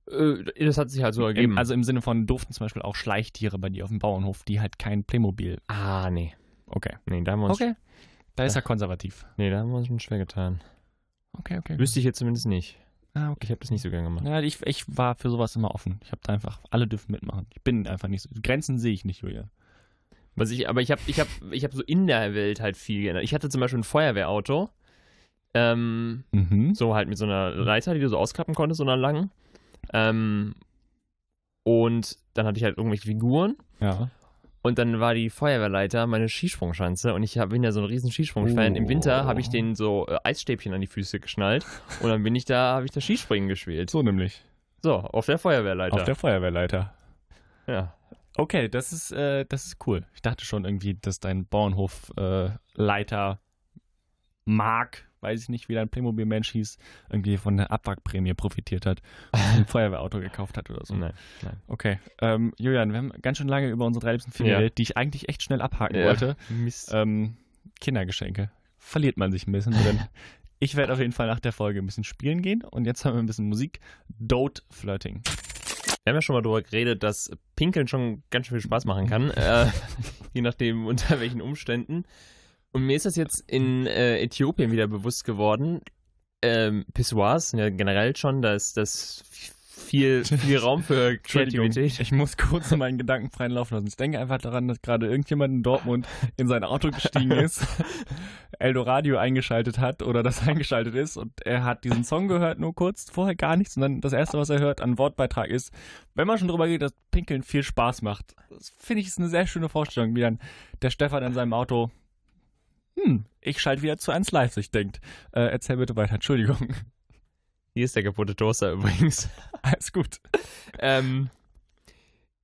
Speaker 3: Äh, das hat sich halt so
Speaker 2: Im,
Speaker 3: ergeben.
Speaker 2: also im Sinne von durften zum Beispiel auch Schleichtiere bei dir auf dem Bauernhof, die halt kein Playmobil.
Speaker 3: ah, nee.
Speaker 2: Okay.
Speaker 3: Nee, da haben wir uns,
Speaker 2: Okay. Da ist er konservativ.
Speaker 3: nee, da haben wir uns schon schwer getan.
Speaker 2: Okay, okay.
Speaker 3: Wüsste ich jetzt zumindest nicht.
Speaker 2: Ah, okay.
Speaker 3: Ich habe das nicht so gern gemacht.
Speaker 2: Ja, ich, ich war für sowas immer offen. Ich habe da einfach, alle dürfen mitmachen. Ich bin einfach nicht so. Grenzen sehe ich nicht, Julia.
Speaker 3: Was ich, aber ich habe ich hab, ich hab so in der Welt halt viel geändert. Ich hatte zum Beispiel ein Feuerwehrauto. Ähm,
Speaker 2: Mhm.
Speaker 3: so halt mit so einer Leiter, die du so ausklappen konntest, so einer langen. Ähm, und dann hatte ich halt irgendwelche Figuren.
Speaker 2: Ja.
Speaker 3: Und dann war die Feuerwehrleiter meine Skisprungschanze und ich hab- bin ja so ein riesen Skisprung-Fan. Im Winter
Speaker 2: Oh.
Speaker 3: habe ich den so äh, Eisstäbchen an die Füße geschnallt und dann bin ich da, habe ich das Skispringen gespielt.
Speaker 2: So nämlich.
Speaker 3: So, auf der Feuerwehrleiter.
Speaker 2: Auf der Feuerwehrleiter.
Speaker 3: ja.
Speaker 2: Okay, das ist, äh, das ist cool. Ich dachte schon irgendwie, dass dein Bauernhofleiter äh, Leiter Mark, weiß ich nicht, wie dein Playmobil-Mensch hieß, irgendwie von der Abwrackprämie profitiert hat und sich ein Feuerwehrauto gekauft hat oder so.
Speaker 3: Nein.
Speaker 2: Okay. Ähm, Julian, wir haben ganz schön lange über unsere drei liebsten Filme
Speaker 3: Ja.
Speaker 2: geredet, die ich eigentlich echt schnell abhaken
Speaker 3: Ja.
Speaker 2: wollte.
Speaker 3: Mist.
Speaker 2: Ähm, Kindergeschenke. Verliert man sich ein bisschen drin. Ich werde auf jeden Fall nach der Folge ein bisschen spielen gehen und jetzt haben wir ein bisschen Musik. Dote Flirting.
Speaker 3: Wir haben ja schon mal darüber geredet, dass Pinkeln schon ganz schön viel Spaß machen kann, äh, je nachdem unter welchen Umständen. Und mir ist das jetzt in äh, Äthiopien wieder bewusst geworden. Ähm, Pissoirs sind ja generell schon, da ist das viel, viel Raum für
Speaker 2: Entschuldigung,
Speaker 3: Kreativität.
Speaker 2: Ich muss kurz meinen Gedanken freien Lauf lassen. Ich denke einfach daran, dass gerade irgendjemand in Dortmund in sein Auto gestiegen ist, Eldoradio eingeschaltet hat oder das eingeschaltet ist und er hat diesen Song gehört, nur kurz, vorher gar nichts und dann das Erste, was er hört an Wortbeitrag ist, wenn man schon drüber geht, dass Pinkeln viel Spaß macht. Das finde ich ist eine sehr schöne Vorstellung, wie dann der Stefan in seinem Auto, hm, ich schalte wieder zu 1 live sich denkt. Äh, erzähl bitte weiter, Entschuldigung.
Speaker 3: Hier ist der kaputte Toaster übrigens.
Speaker 2: Alles gut.
Speaker 3: ähm,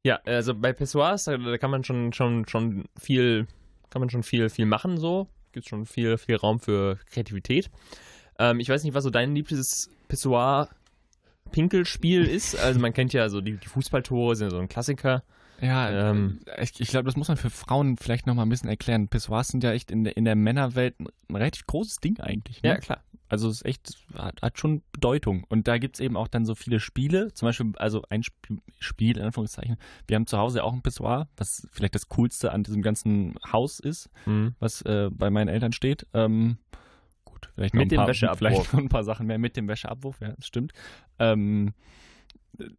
Speaker 3: ja, also bei Pessoas, da, da kann man schon, schon, schon viel, kann man schon viel, viel machen so. Gibt schon viel, viel Raum für Kreativität. Ähm, ich weiß nicht, was so dein liebstes Pessoir Pinkelspiel ist. Also man kennt ja so die, die Fußballtore, sind ja so ein Klassiker.
Speaker 2: Ja,
Speaker 3: Ähm.
Speaker 2: ich, ich glaube, das muss man für Frauen vielleicht noch mal ein bisschen erklären. Pissoirs sind ja echt in, der- in der Männerwelt ein, ein relativ großes Ding eigentlich. Ne?
Speaker 3: klar.
Speaker 2: Also es ist echt, hat, hat schon Bedeutung. Und da gibt es eben auch dann so viele Spiele, zum Beispiel, also ein Sp Spiel, in Anführungszeichen. Wir haben zu Hause auch ein Pissoir, was vielleicht das Coolste an diesem ganzen Haus ist,
Speaker 3: Mhm.
Speaker 2: was äh, bei meinen Eltern steht. Ähm, gut, vielleicht noch
Speaker 3: Mit
Speaker 2: ein
Speaker 3: dem
Speaker 2: paar,
Speaker 3: Wäscheabwurf.
Speaker 2: Vielleicht noch ein paar Sachen mehr mit dem Wäscheabwurf, ja, das stimmt. Ähm,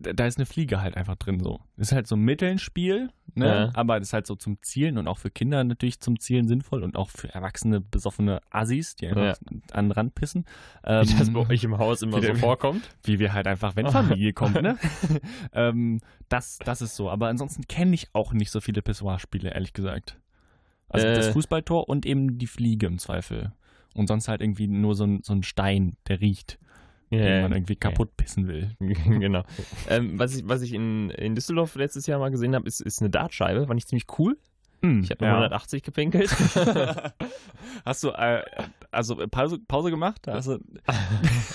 Speaker 2: da da ist eine Fliege halt einfach drin so. Ist halt so ein Mittelspiel, ne?
Speaker 3: Ja.
Speaker 2: aber das ist halt so zum Zielen und auch für Kinder natürlich zum Zielen sinnvoll und auch für erwachsene, besoffene Assis, die einfach
Speaker 3: Ja.
Speaker 2: an den Rand pissen.
Speaker 3: Wie das
Speaker 2: Ähm,
Speaker 3: bei euch im Haus immer
Speaker 2: wie
Speaker 3: so
Speaker 2: der-
Speaker 3: vorkommt.
Speaker 2: wie wir halt einfach, wenn Familie kommt, ne? ähm, das, das ist so. Aber ansonsten kenne ich auch nicht so viele Pissoir-Spiele, ehrlich gesagt. Also
Speaker 3: Äh.
Speaker 2: das Fußballtor und eben die Fliege im Zweifel. Und sonst halt irgendwie nur so ein, so ein Stein, der riecht, den man irgendwie kaputt pissen will.
Speaker 3: genau. Ähm, was ich, was ich in, in Düsseldorf letztes Jahr mal gesehen habe, ist, ist eine Dartscheibe. Fand ich ziemlich cool.
Speaker 2: Mm,
Speaker 3: Ich habe nur 180 gepinkelt.
Speaker 2: Hast du äh, also Pause, Pause gemacht? Hast du,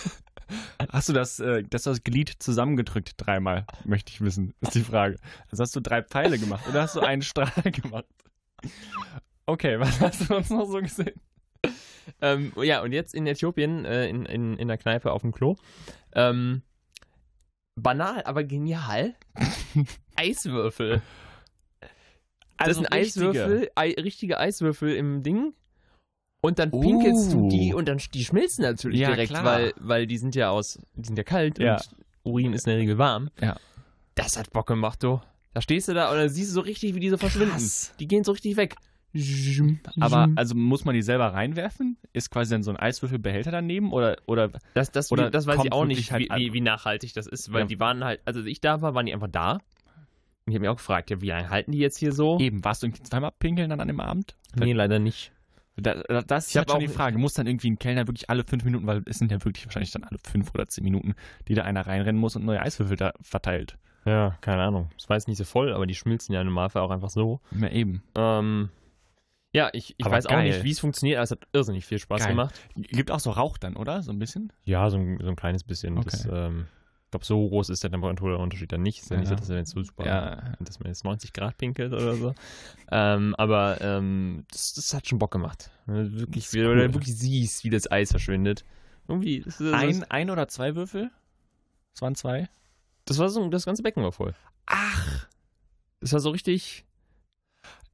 Speaker 2: hast du das, äh, das, das Glied zusammengedrückt dreimal? Möchte ich wissen, ist die Frage. Also hast du drei Pfeile gemacht oder hast du einen Strahl gemacht? Okay, was hast du uns noch so gesehen?
Speaker 3: ähm, ja, und jetzt in Äthiopien, äh, in, in, in der Kneipe auf dem Klo. Ähm, banal, aber genial. Eiswürfel.
Speaker 2: Also
Speaker 3: das sind
Speaker 2: richtige.
Speaker 3: Eiswürfel, Ei, richtige Eiswürfel im Ding. Und dann pinkelst du
Speaker 2: Uh.
Speaker 3: die und dann sch- die schmilzen natürlich
Speaker 2: Ja,
Speaker 3: direkt,
Speaker 2: klar.
Speaker 3: weil, weil die sind ja aus, die sind ja kalt
Speaker 2: Ja.
Speaker 3: und Urin ist in der Regel warm.
Speaker 2: Ja.
Speaker 3: Das hat Bock gemacht, du. Da stehst du da und dann siehst du so richtig, wie die so verschwinden.
Speaker 2: Krass.
Speaker 3: Die gehen so richtig weg.
Speaker 2: Aber
Speaker 3: Mhm.
Speaker 2: also muss man die selber reinwerfen? Ist quasi dann so ein Eiswürfelbehälter daneben oder oder
Speaker 3: Das, das,
Speaker 2: Oder
Speaker 3: das weiß ich
Speaker 2: kommt
Speaker 3: auch
Speaker 2: wirklich
Speaker 3: nicht,
Speaker 2: halt
Speaker 3: wie,
Speaker 2: an-
Speaker 3: wie, wie nachhaltig das ist, weil
Speaker 2: Ja.
Speaker 3: die waren halt, also als ich da war, waren die einfach da. Und ich habe mich auch gefragt, ja, wie lange halten die jetzt hier so?
Speaker 2: eben warst du irgendwie zweimal pinkeln dann an dem Abend?
Speaker 3: Nee, leider nicht.
Speaker 2: Da, da- das ist
Speaker 3: Ich hab
Speaker 2: halt schon die
Speaker 3: auch-
Speaker 2: Frage. Muss dann irgendwie ein Kellner wirklich alle fünf Minuten, weil es sind ja wirklich wahrscheinlich dann alle fünf oder zehn Minuten, die da einer reinrennen muss und neue Eiswürfel da verteilt.
Speaker 3: Ja, keine Ahnung. Das war jetzt nicht so voll, aber die schmilzen ja im Normalfall auch einfach so.
Speaker 2: Ja, eben.
Speaker 3: Ähm, ja, ich, ich
Speaker 2: Aber
Speaker 3: weiß auch
Speaker 2: geil.
Speaker 3: nicht, wie es funktioniert, aber es hat irrsinnig viel Spaß
Speaker 2: Geil.
Speaker 3: gemacht.
Speaker 2: Gibt auch so Rauch dann, oder? So ein bisschen?
Speaker 3: Ja, so ein, so ein kleines bisschen. Das, ähm, ich glaube, so groß ist der Temperaturunterschied dann nicht. Ist ja, nicht so,
Speaker 2: Ja.
Speaker 3: dass er jetzt so super
Speaker 2: Ja.
Speaker 3: dass man jetzt 90 Grad pinkelt oder so. ähm, aber ähm, das, das hat schon Bock gemacht. Wenn du wirklich,
Speaker 2: Das ist
Speaker 3: wenn du
Speaker 2: cool.
Speaker 3: wirklich siehst, wie das Eis verschwindet. Irgendwie, das, das,
Speaker 2: Ein, ein oder zwei Würfel? Es waren zwei.
Speaker 3: das war so, das ganze Becken war voll.
Speaker 2: Ach,
Speaker 3: Das war so richtig,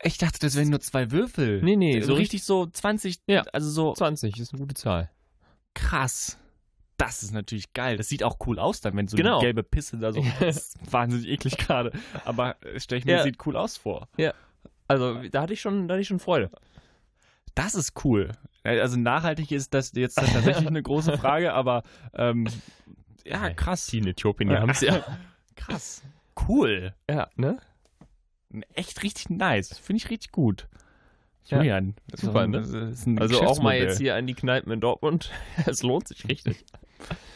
Speaker 2: ich dachte, das wären nur zwei Würfel.
Speaker 3: Nee, nee,
Speaker 2: so
Speaker 3: so
Speaker 2: richtig so 20,
Speaker 3: Ja.
Speaker 2: also so
Speaker 3: 20 ist eine gute Zahl.
Speaker 2: krass. Das ist natürlich geil. Das sieht auch cool aus dann, wenn so
Speaker 3: Genau.
Speaker 2: eine gelbe Pisse da so.
Speaker 3: Ja.
Speaker 2: Das ist wahnsinnig eklig gerade. Aber stelle ich mir,
Speaker 3: Ja.
Speaker 2: sieht cool aus vor.
Speaker 3: Also da hatte ich schon, da hatte ich schon Freude.
Speaker 2: Das ist cool. Also nachhaltig ist das jetzt tatsächlich eine große Frage, aber ähm, ja,
Speaker 3: Nein,
Speaker 2: krass.
Speaker 3: Die in Äthiopien, die haben es ja.
Speaker 2: Krass. Cool.
Speaker 3: Ja, ne?
Speaker 2: Echt richtig nice. Finde ich richtig gut.
Speaker 3: Ja.
Speaker 2: Julian, das
Speaker 3: Super,
Speaker 2: ist
Speaker 3: ne?
Speaker 2: ein, das ist ein
Speaker 3: Also auch mal
Speaker 2: Geschäftsmodell.
Speaker 3: jetzt hier an die Kneipen in Dortmund. Es lohnt sich richtig.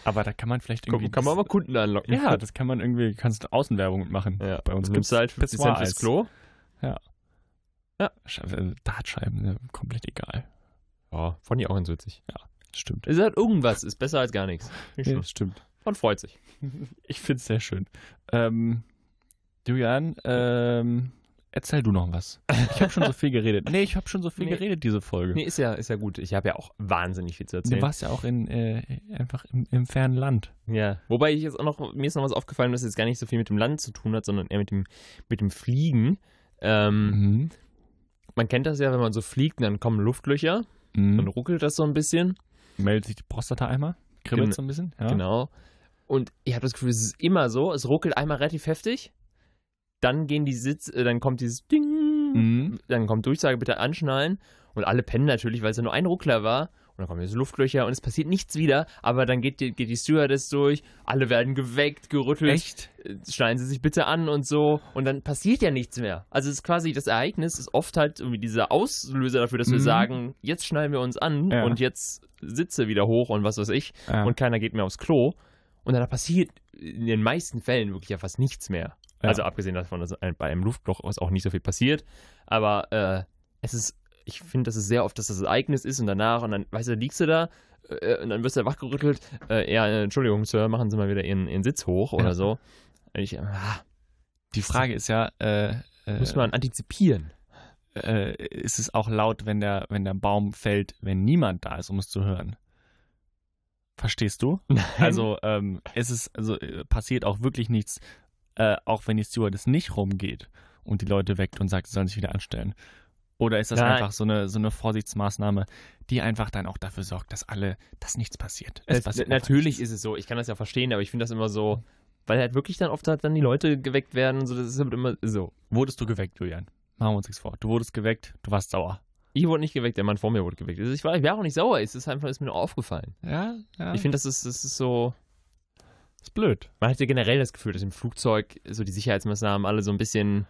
Speaker 2: Aber da kann man vielleicht irgendwie.
Speaker 3: Guck, kann man mal
Speaker 2: das,
Speaker 3: Kunden anlocken.
Speaker 2: ja, das kann man irgendwie, kannst du Außenwerbung mitmachen.
Speaker 3: ja.
Speaker 2: Bei uns gibt's
Speaker 3: gibt's da halt 50 Cent fürs
Speaker 2: Pissoireis.
Speaker 3: Klo.
Speaker 2: Sch- äh, Dartscheiben, ne? komplett egal.
Speaker 3: Ja, fand ich auch ganz witzig.
Speaker 2: Stimmt.
Speaker 3: Es hat irgendwas, ist besser als gar nichts.
Speaker 2: Ja, das stimmt.
Speaker 3: Man freut sich.
Speaker 2: Ich finde es sehr schön. Ähm, Julian, ähm, erzähl du noch was. Ich habe schon so viel geredet. Nee, ich habe schon so viel
Speaker 3: Nee.
Speaker 2: geredet, diese Folge.
Speaker 3: Nee, ist ja, ist ja gut. Ich habe ja auch wahnsinnig viel zu
Speaker 2: Du
Speaker 3: erzählen.
Speaker 2: warst ja auch in, äh, einfach im, im fernen Land.
Speaker 3: Ja. Wobei ich jetzt auch noch, mir ist noch was aufgefallen, dass jetzt gar nicht so viel mit dem Land zu tun hat, sondern eher mit dem, mit dem Fliegen. Ähm,
Speaker 2: Mhm.
Speaker 3: Man kennt das ja, wenn man so fliegt, und dann kommen Luftlöcher,
Speaker 2: Mhm.
Speaker 3: dann ruckelt das so ein bisschen.
Speaker 2: Meldet sich die Prostata einmal, kribbelt
Speaker 3: Gen-
Speaker 2: so ein bisschen. Ja.
Speaker 3: Genau. Und ich habe das Gefühl, es ist immer so. Es ruckelt einmal relativ heftig, dann gehen die Sitz, äh, dann kommt dieses Ding,
Speaker 2: Mhm.
Speaker 3: dann kommt Durchsage, bitte anschnallen. Und alle pennen natürlich, weil es ja nur ein Ruckler war. Und dann kommen diese Luftlöcher und es passiert nichts wieder. Aber dann geht die, geht die Stewardess durch, alle werden geweckt, gerüttelt.
Speaker 2: Echt?
Speaker 3: Äh, Schneiden sie sich bitte an und so. Und dann passiert ja nichts mehr. Also es ist quasi, das Ereignis ist oft halt irgendwie dieser Auslöser dafür, dass wir
Speaker 2: Mhm.
Speaker 3: sagen, jetzt schneiden wir uns an
Speaker 2: Ja.
Speaker 3: und jetzt sitze wieder hoch und was weiß ich.
Speaker 2: Ja.
Speaker 3: Und keiner geht mehr aufs Klo. Und dann passiert in den meisten Fällen wirklich ja fast nichts mehr.
Speaker 2: Ja.
Speaker 3: Also abgesehen davon, dass ein- bei einem Luftloch ist auch nicht so viel passiert. Aber äh, es ist, ich finde, das ist sehr oft, dass das Ereignis ist und danach und dann, weißt du, liegst du da äh, und dann wirst du wachgerüttelt. Äh, ja, äh, Entschuldigung, Sir, machen Sie mal wieder Ihren, Ihren Sitz hoch oder
Speaker 2: Ja.
Speaker 3: so. Ich, ah,
Speaker 2: die Frage ist ja, äh, äh,
Speaker 3: muss man antizipieren.
Speaker 2: äh, ist es auch laut, wenn der, wenn der Baum fällt, wenn niemand da ist, um es zu hören? Verstehst du? Also ähm, es ist, also äh, passiert auch wirklich nichts, äh, auch wenn die Stewardess nicht rumgeht und die Leute weckt und sagt, sie sollen sich wieder anstellen. Oder ist das
Speaker 3: Nein.
Speaker 2: einfach so eine, so eine Vorsichtsmaßnahme, die einfach dann auch dafür sorgt, dass alle, dass nichts passiert? Es
Speaker 3: Das,
Speaker 2: passiert einfach
Speaker 3: natürlich
Speaker 2: nichts.
Speaker 3: ist es so, ich kann das ja verstehen, aber ich finde das immer so, weil halt wirklich dann oft halt dann die Leute geweckt werden und so, das ist halt immer so.
Speaker 2: Wurdest du geweckt, Julian? Machen wir uns nichts vor. Du wurdest geweckt, du warst sauer.
Speaker 3: Ich wurde nicht geweckt, der Mann vor mir wurde geweckt. Also ich war, ich war auch nicht sauer, es ist einfach ist mir nur aufgefallen.
Speaker 2: Ja, ja.
Speaker 3: Ich finde, das ist, das ist so.
Speaker 2: ist blöd.
Speaker 3: Man hat ja generell das Gefühl, dass im Flugzeug so die Sicherheitsmaßnahmen alle so ein bisschen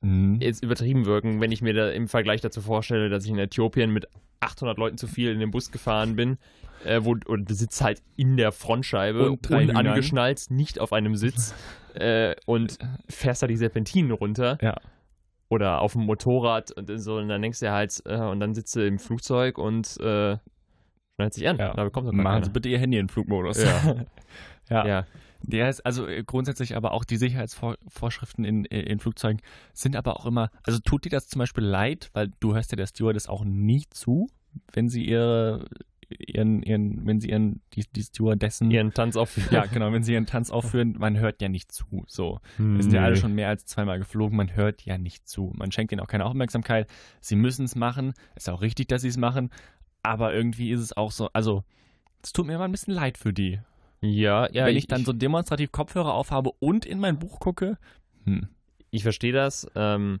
Speaker 2: Mhm.
Speaker 3: jetzt übertrieben wirken, wenn ich mir da im Vergleich dazu vorstelle, dass ich in Äthiopien mit 800 Leuten zu viel in den Bus gefahren bin äh, wo, und sitze halt in der Frontscheibe
Speaker 2: Und drei Hühnern.
Speaker 3: angeschnallt, nicht auf einem Sitz äh, und fährst da die Serpentinen runter.
Speaker 2: Ja.
Speaker 3: oder auf dem Motorrad und so. Und dann denkst du dir halt, äh, und dann sitzt du im Flugzeug und äh, schneidet sich an.
Speaker 2: Ja.
Speaker 3: Da bekommt doch gar
Speaker 2: Machen Sie
Speaker 3: keiner.
Speaker 2: bitte Ihr Handy in Flugmodus. ja.
Speaker 3: Ja. Ja.
Speaker 2: Der ist also äh, grundsätzlich aber auch die Sicherheitsvorschriften in, äh, in Flugzeugen sind aber auch immer, also tut dir das zum Beispiel leid, weil du hörst ja der Stewardess auch nie zu, wenn sie ihre, ihren, ihren, wenn sie ihren, die, die Stewardessen,
Speaker 3: Ihren Tanz auf.
Speaker 2: ja genau, wenn sie ihren Tanz aufführen, man hört ja nicht zu, so. Wir sind ja alle schon mehr als zweimal geflogen, man hört ja nicht zu. Man schenkt ihnen auch keine Aufmerksamkeit. Sie müssen es machen. Ist auch richtig, dass sie es machen. Aber irgendwie ist es auch so, also es tut mir immer ein bisschen leid für die.
Speaker 3: Ja, ja.
Speaker 2: Wenn ich dann so demonstrativ Kopfhörer aufhabe und in mein Buch gucke, hm,
Speaker 3: ich verstehe das. Ähm,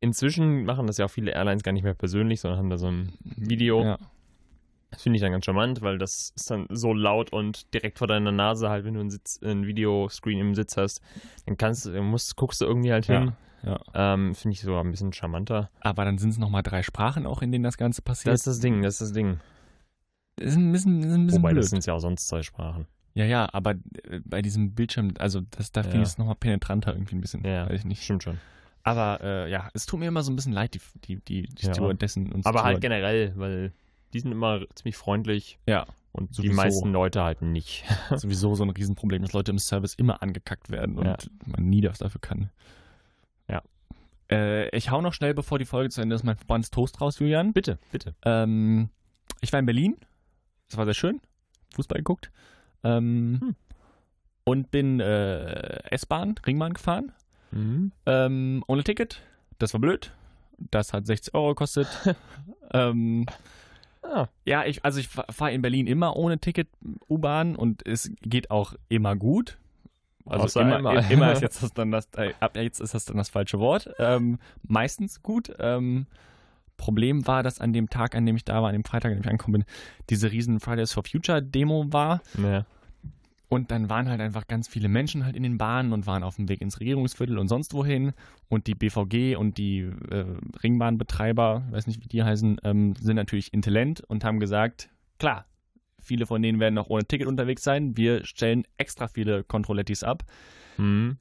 Speaker 3: inzwischen machen das ja auch viele Airlines gar nicht mehr persönlich, sondern haben da so ein Video.
Speaker 2: ja.
Speaker 3: Das finde ich dann ganz charmant, weil das ist dann so laut und direkt vor deiner Nase halt, wenn du einen, Sitz, einen Videoscreen im Sitz hast, dann kannst du, musst, guckst du irgendwie halt hin.
Speaker 2: Ja,
Speaker 3: Ähm, finde ich sogar ein bisschen charmanter.
Speaker 2: hm, Aber dann sind es nochmal drei Sprachen auch, in denen das Ganze passiert.
Speaker 3: Das ist das Ding, das ist das Ding.
Speaker 2: ist ein bisschen, ist ein bisschen
Speaker 3: Wobei, das
Speaker 2: blöd.
Speaker 3: sind ja auch sonst zwei Sprachen.
Speaker 2: Ja, ja, aber äh, bei diesem Bildschirm, also das, da
Speaker 3: Ja.
Speaker 2: finde ich es nochmal penetranter irgendwie ein bisschen.
Speaker 3: Ja,
Speaker 2: Weiß ich nicht.
Speaker 3: stimmt schon.
Speaker 2: Aber äh, ja, es tut mir immer so ein bisschen leid, die, die, die, die
Speaker 3: Ja.
Speaker 2: Stewardessen und
Speaker 3: Aber halt
Speaker 2: Steward-
Speaker 3: generell, weil die sind immer ziemlich freundlich
Speaker 2: Ja,
Speaker 3: und die
Speaker 2: Sowieso.
Speaker 3: meisten Leute halt nicht.
Speaker 2: sowieso so ein Riesenproblem, dass Leute im Service immer angekackt werden und
Speaker 3: Ja.
Speaker 2: man nie das dafür kann.
Speaker 3: Ja.
Speaker 2: Äh, ich hau noch schnell, bevor die Folge zu Ende ist, mein verbanntes Toast raus, Julian.
Speaker 3: Bitte, bitte.
Speaker 2: Ähm, ich war in Berlin. Das war sehr schön. Fußball geguckt. Ähm,
Speaker 3: Hm.
Speaker 2: Und bin äh, S-Bahn, Ringbahn gefahren. Ähm, ohne Ticket. Das war blöd. Das hat 60 Euro gekostet. ähm,
Speaker 3: Ah,
Speaker 2: ja, ich, also ich fahre in Berlin immer ohne Ticket U-Bahn und es geht auch immer gut. Also
Speaker 3: Außer
Speaker 2: immer,
Speaker 3: einmal.
Speaker 2: immer ist jetzt das dann das, äh, ab jetzt ist das dann das falsche Wort. Ähm, meistens gut. Ähm, Problem war, dass an dem Tag, an dem ich da war, an dem Freitag, an dem ich angekommen bin, diese riesen Fridays for Future Demo war.
Speaker 3: ja.
Speaker 2: Und dann waren halt einfach ganz viele Menschen halt in den Bahnen und waren auf dem Weg ins Regierungsviertel und sonst wohin. Und die BVG und die äh, Ringbahnbetreiber, weiß nicht wie die heißen, ähm, sind natürlich intelligent und haben gesagt, klar, viele von denen werden auch ohne Ticket unterwegs sein. Wir stellen extra viele Controlettis ab.
Speaker 3: Mhm.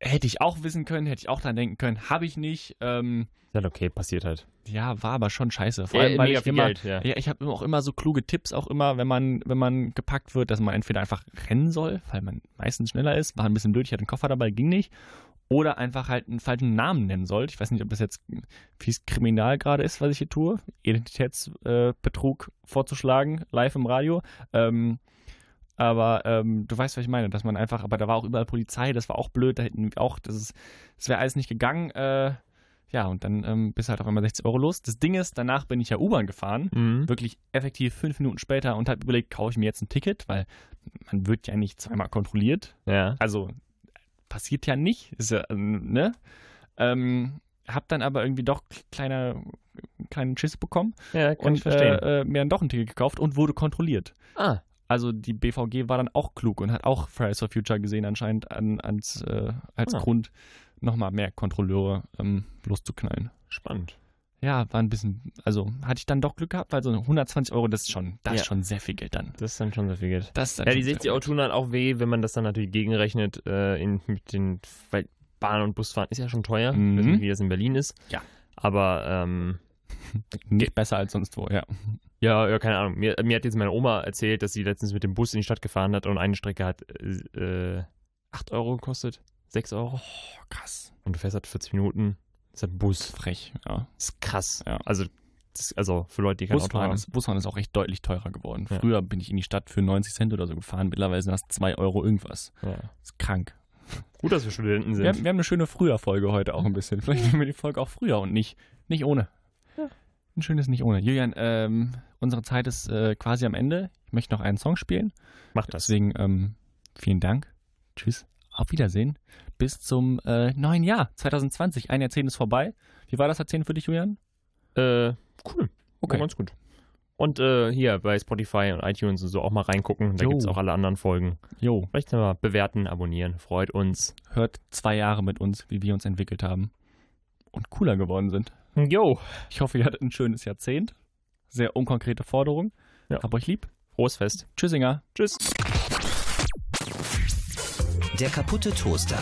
Speaker 2: Hätte ich auch wissen können, hätte ich auch dran denken können, habe ich nicht. Ähm,
Speaker 3: Ist halt okay, passiert halt.
Speaker 2: ja, war aber schon scheiße. Vor allem,
Speaker 3: Äh,
Speaker 2: weil ich immer,
Speaker 3: ja.
Speaker 2: ja, ich habe auch immer so kluge Tipps, auch immer, wenn man, wenn man gepackt wird, dass man entweder einfach rennen soll, weil man meistens schneller ist, war ein bisschen blöd, ich hatte einen Koffer dabei, ging nicht. Oder einfach halt einen falschen Namen nennen soll. Ich weiß nicht, ob das jetzt fies kriminal gerade ist, was ich hier tue. Identitätsbetrug äh, Betrug vorzuschlagen, live im Radio. Ähm, aber ähm, du weißt, was ich meine, dass man einfach, aber da war auch überall Polizei, das war auch blöd, da hätten wir auch, das ist, das wäre alles nicht gegangen. Äh, ja, und dann ähm, bist halt auch immer 60 Euro los. Das Ding ist, danach bin ich ja U-Bahn gefahren
Speaker 3: Mhm.
Speaker 2: wirklich effektiv fünf Minuten später und habe überlegt, kaufe ich mir jetzt ein Ticket, weil man wird ja nicht zweimal kontrolliert.
Speaker 3: ja.
Speaker 2: Also passiert ja nicht, ist ja, ähm, ne? Ähm, hab dann aber irgendwie doch kleiner, kleinen Schiss bekommen
Speaker 3: Ja, kann
Speaker 2: und
Speaker 3: ich verstehen.
Speaker 2: äh, äh, mir dann doch ein Ticket gekauft und wurde kontrolliert.
Speaker 3: ah,
Speaker 2: Also die BVG war dann auch klug und hat auch Fridays for Future gesehen anscheinend an, als, äh, als
Speaker 3: Ah.
Speaker 2: Grund, nochmal mehr Kontrolleure ähm, loszuknallen.
Speaker 3: spannend.
Speaker 2: Ja, war ein bisschen, also hatte ich dann doch Glück gehabt, weil so 120 Euro, das ist schon, das
Speaker 3: Ja.
Speaker 2: ist schon sehr viel Geld dann.
Speaker 3: Das ist dann schon sehr viel Geld.
Speaker 2: Das ist äh, dann
Speaker 3: Ja,
Speaker 2: schon
Speaker 3: die
Speaker 2: sehr
Speaker 3: 60 Euro
Speaker 2: gut.
Speaker 3: tun halt auch weh, wenn man das dann natürlich gegenrechnet äh, in, mit den weil Bahn- und Busfahren. Ist ja schon teuer,
Speaker 2: Mhm.
Speaker 3: Ich weiß nicht, wie das in Berlin ist.
Speaker 2: Ja.
Speaker 3: Aber, ähm,
Speaker 2: Nicht besser als sonst wo, ja.
Speaker 3: ja, ja, keine Ahnung. Mir, mir hat jetzt meine Oma erzählt, dass sie letztens mit dem Bus in die Stadt gefahren hat und eine Strecke hat äh, äh, 8 Euro gekostet, 6 Euro.
Speaker 2: krass.
Speaker 3: Und du fährst halt 40 Minuten. Das ist halt ein Bus.
Speaker 2: Frech, ja.
Speaker 3: Das ist krass.
Speaker 2: Ja.
Speaker 3: Also, das, also für Leute, die kein Auto
Speaker 2: Busfahren
Speaker 3: haben.
Speaker 2: ist, Busfahren ist auch echt deutlich teurer geworden.
Speaker 3: Ja.
Speaker 2: Früher bin ich in die Stadt für 90 Cent oder so gefahren, mittlerweile sind das 2 Euro irgendwas.
Speaker 3: Ja.
Speaker 2: Das ist krank.
Speaker 3: Gut, dass wir Studenten sind.
Speaker 2: Wir haben, wir haben eine schöne Früher-Folge heute auch ein bisschen. Vielleicht nehmen wir die Folge auch früher und nicht, nicht ohne. Ein schönes Nicht ohne. Julian, ähm, unsere Zeit ist äh, quasi am Ende. Ich möchte noch einen Song spielen.
Speaker 3: Macht das.
Speaker 2: Deswegen ähm, vielen Dank. Tschüss. Auf Wiedersehen. Bis zum äh, neuen Jahr 2020. Ein Jahrzehnt ist vorbei. Wie war das Jahrzehnt für dich, Julian?
Speaker 3: Äh,
Speaker 2: Okay.
Speaker 3: cool. Okay. Ganz gut. Und äh, hier bei Spotify und iTunes und so auch mal reingucken. Da
Speaker 2: Jo.
Speaker 3: gibt es auch alle anderen Folgen.
Speaker 2: Jo,
Speaker 3: Vielleicht mal bewerten, abonnieren. Freut uns.
Speaker 2: hört zwei Jahre mit uns, wie wir uns entwickelt haben und cooler geworden sind.
Speaker 3: Jo.
Speaker 2: Ich hoffe, ihr hattet ein schönes Jahrzehnt. Sehr unkonkrete Forderung.
Speaker 3: Ja.
Speaker 2: Hab euch lieb.
Speaker 3: Frohes Fest.
Speaker 2: Tschüssinger.
Speaker 3: Tschüss.
Speaker 1: Der kaputte Toaster.